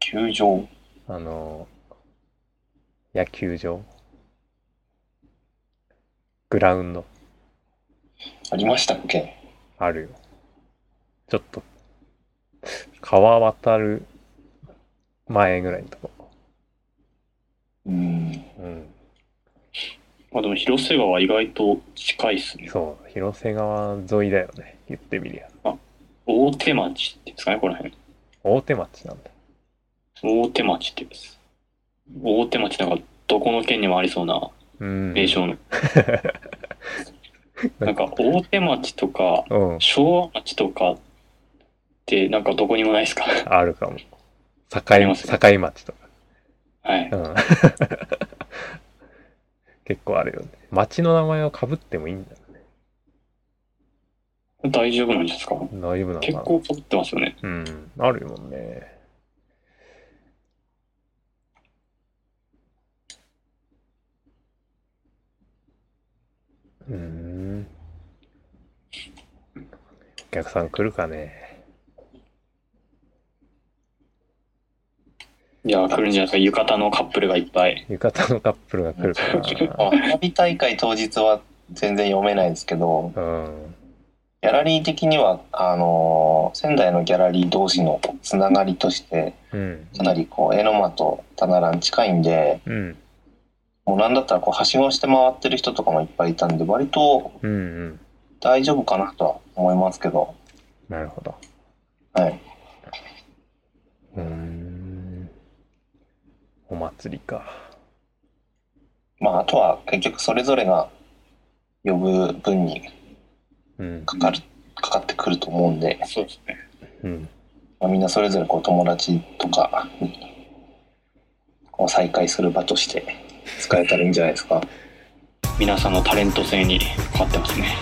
Speaker 2: 球場
Speaker 1: あの、野球場グラウンド
Speaker 2: ありましたっけ
Speaker 1: あるよ。ちょっと、川渡る前ぐらいのとこ。
Speaker 2: うん。
Speaker 1: うん。
Speaker 3: まあでも広瀬川は意外と近いですね。
Speaker 1: そう、広瀬川沿いだよね。言ってみりゃ。
Speaker 3: 大手町っていうんですかね、この辺。
Speaker 1: 大手町なんだ。
Speaker 3: 大手町って言うんです。大手町なんかどこの県にもありそうな
Speaker 1: うん。
Speaker 3: 名称の。なんか大手町とか
Speaker 1: うん。
Speaker 3: 昭和町とかってなんかどこにもないですか
Speaker 1: あるかも。境、
Speaker 3: りますよ
Speaker 1: 境町とか。
Speaker 3: はい。
Speaker 1: うん。 結構あるよね。町の名前を被ってもいいんだよね。
Speaker 3: 大丈夫なんですか
Speaker 1: 大丈夫なのか
Speaker 3: 結
Speaker 1: な
Speaker 3: 構撮ってますよね。
Speaker 1: うん、あるもんね。うーん。お客さん来るかね。
Speaker 3: いやー、来るんじゃないですか。浴衣のカップルがいっぱい。
Speaker 1: 浴衣のカップルが来るか
Speaker 2: まあ花火大会当日は全然読めないんですけど、
Speaker 1: な。うん。
Speaker 2: ギャラリー的には、あのー仙台のギャラリー同士のつながりとして、
Speaker 1: うん。
Speaker 2: かなりこう、江ノ間と棚蘭近いんで、
Speaker 1: うん。
Speaker 2: もうなんだったらこう、はしごして回ってる人とかもいっぱいいたんで、割と
Speaker 1: うん。うん。
Speaker 2: 大丈夫かなとは思いますけど、
Speaker 1: なるほど。
Speaker 2: はい。
Speaker 1: うーん。お祭りか。
Speaker 2: まあ、あとは結局それぞれが呼ぶ分に
Speaker 1: うん。
Speaker 2: かかる、かかってくると思うんで、
Speaker 3: そうですね。
Speaker 1: うん。
Speaker 2: まあ、みんなそれぞれこう友達とかにこう再会する場として使えたらいいんじゃないですか。
Speaker 3: 皆さんのタレント性にかかってますね。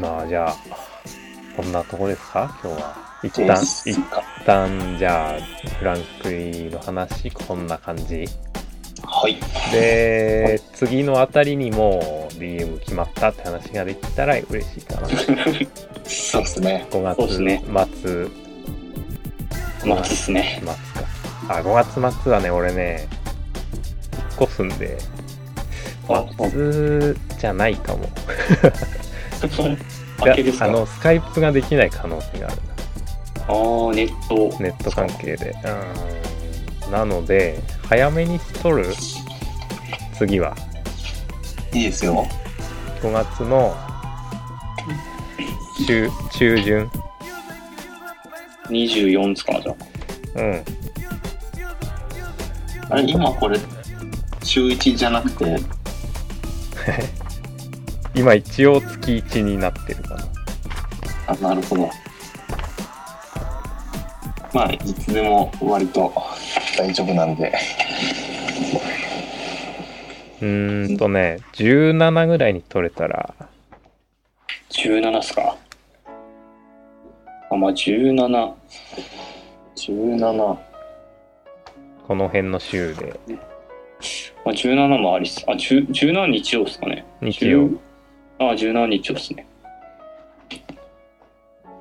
Speaker 1: まあじゃあ、こんなとこですか今日は。一
Speaker 2: で
Speaker 1: 旦、
Speaker 2: す
Speaker 1: 一
Speaker 2: か。
Speaker 1: 旦じゃあ、フランクリの話、こんな感じ。
Speaker 2: はい。
Speaker 1: で、次のあたりにもう DM 決まったって話ができたら嬉しいかな。
Speaker 2: そうですね。
Speaker 1: 5
Speaker 3: そうですね
Speaker 1: 月末、
Speaker 3: まあ、ですね。
Speaker 1: 末か。あ、5月末はね、俺ね、引っ越すんで、
Speaker 3: あ
Speaker 1: 末じゃないかも。
Speaker 3: 明けです
Speaker 1: いやあ
Speaker 3: か
Speaker 1: の、スカイプができない可能性があるな。
Speaker 3: ああ、ネット。
Speaker 1: ネット関係で。うんなので、早めに取る次は。
Speaker 2: いいですよ。
Speaker 1: 5月の中中旬。
Speaker 3: 24ですか、じゃあ。
Speaker 1: うん。
Speaker 2: あれ、今これ、週1じゃなくて、
Speaker 1: 今一応月1になってるかな。
Speaker 2: あ、なるほど。まあ、いつでも割と大丈夫なんで。
Speaker 1: うーんとね、17ぐらいに取れたら、
Speaker 3: 17っすか。あ、まあ、17。17。ま
Speaker 1: この辺の週で、
Speaker 3: あ、17もありっす。あ、10 17日曜っすかね。
Speaker 1: 日曜
Speaker 3: 10。あ、17日曜っすね。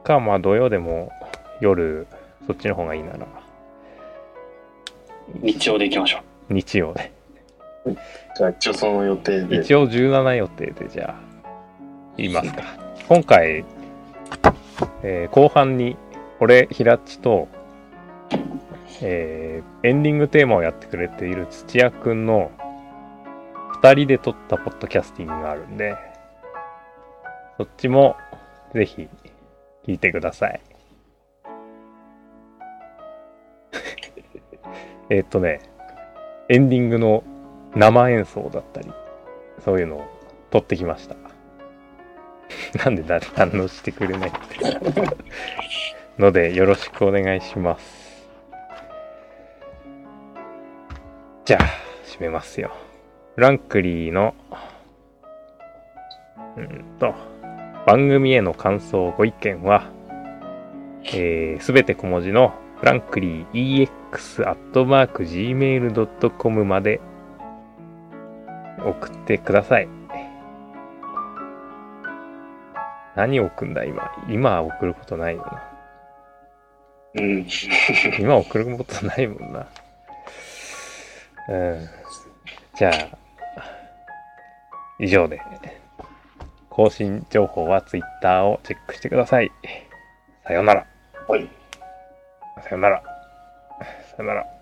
Speaker 1: か、まあ土曜でも夜、そっちの方がいいなら、
Speaker 3: 日曜で行きましょう。
Speaker 1: 日曜で。
Speaker 2: じゃあ、一応その予定で。
Speaker 1: 一応17予定でじゃあ言いますか今回、えー後半に俺平地と、えーエンディングテーマをやってくれている土屋くんの2人で撮ったポッドキャスティングがあるんでそっちもぜひ聞いてください えーっとねエンディングの生演奏だったりそういうのを撮ってきました なんでだ反応してくれないってのでよろしくお願いしますじゃあ締めますよフランクリーのうーんと番組への感想ご意見はすべ、全て小文字のフランクリー ex.gmail.com まで送ってください。何を送んだ今。今は送ることないよな。
Speaker 2: うん。
Speaker 1: 今送ることないもんな。うん。じゃあ、以上で。更新情報は Twitter をチェックしてください。さようなら。
Speaker 2: はい。
Speaker 1: さようなら。さようなら。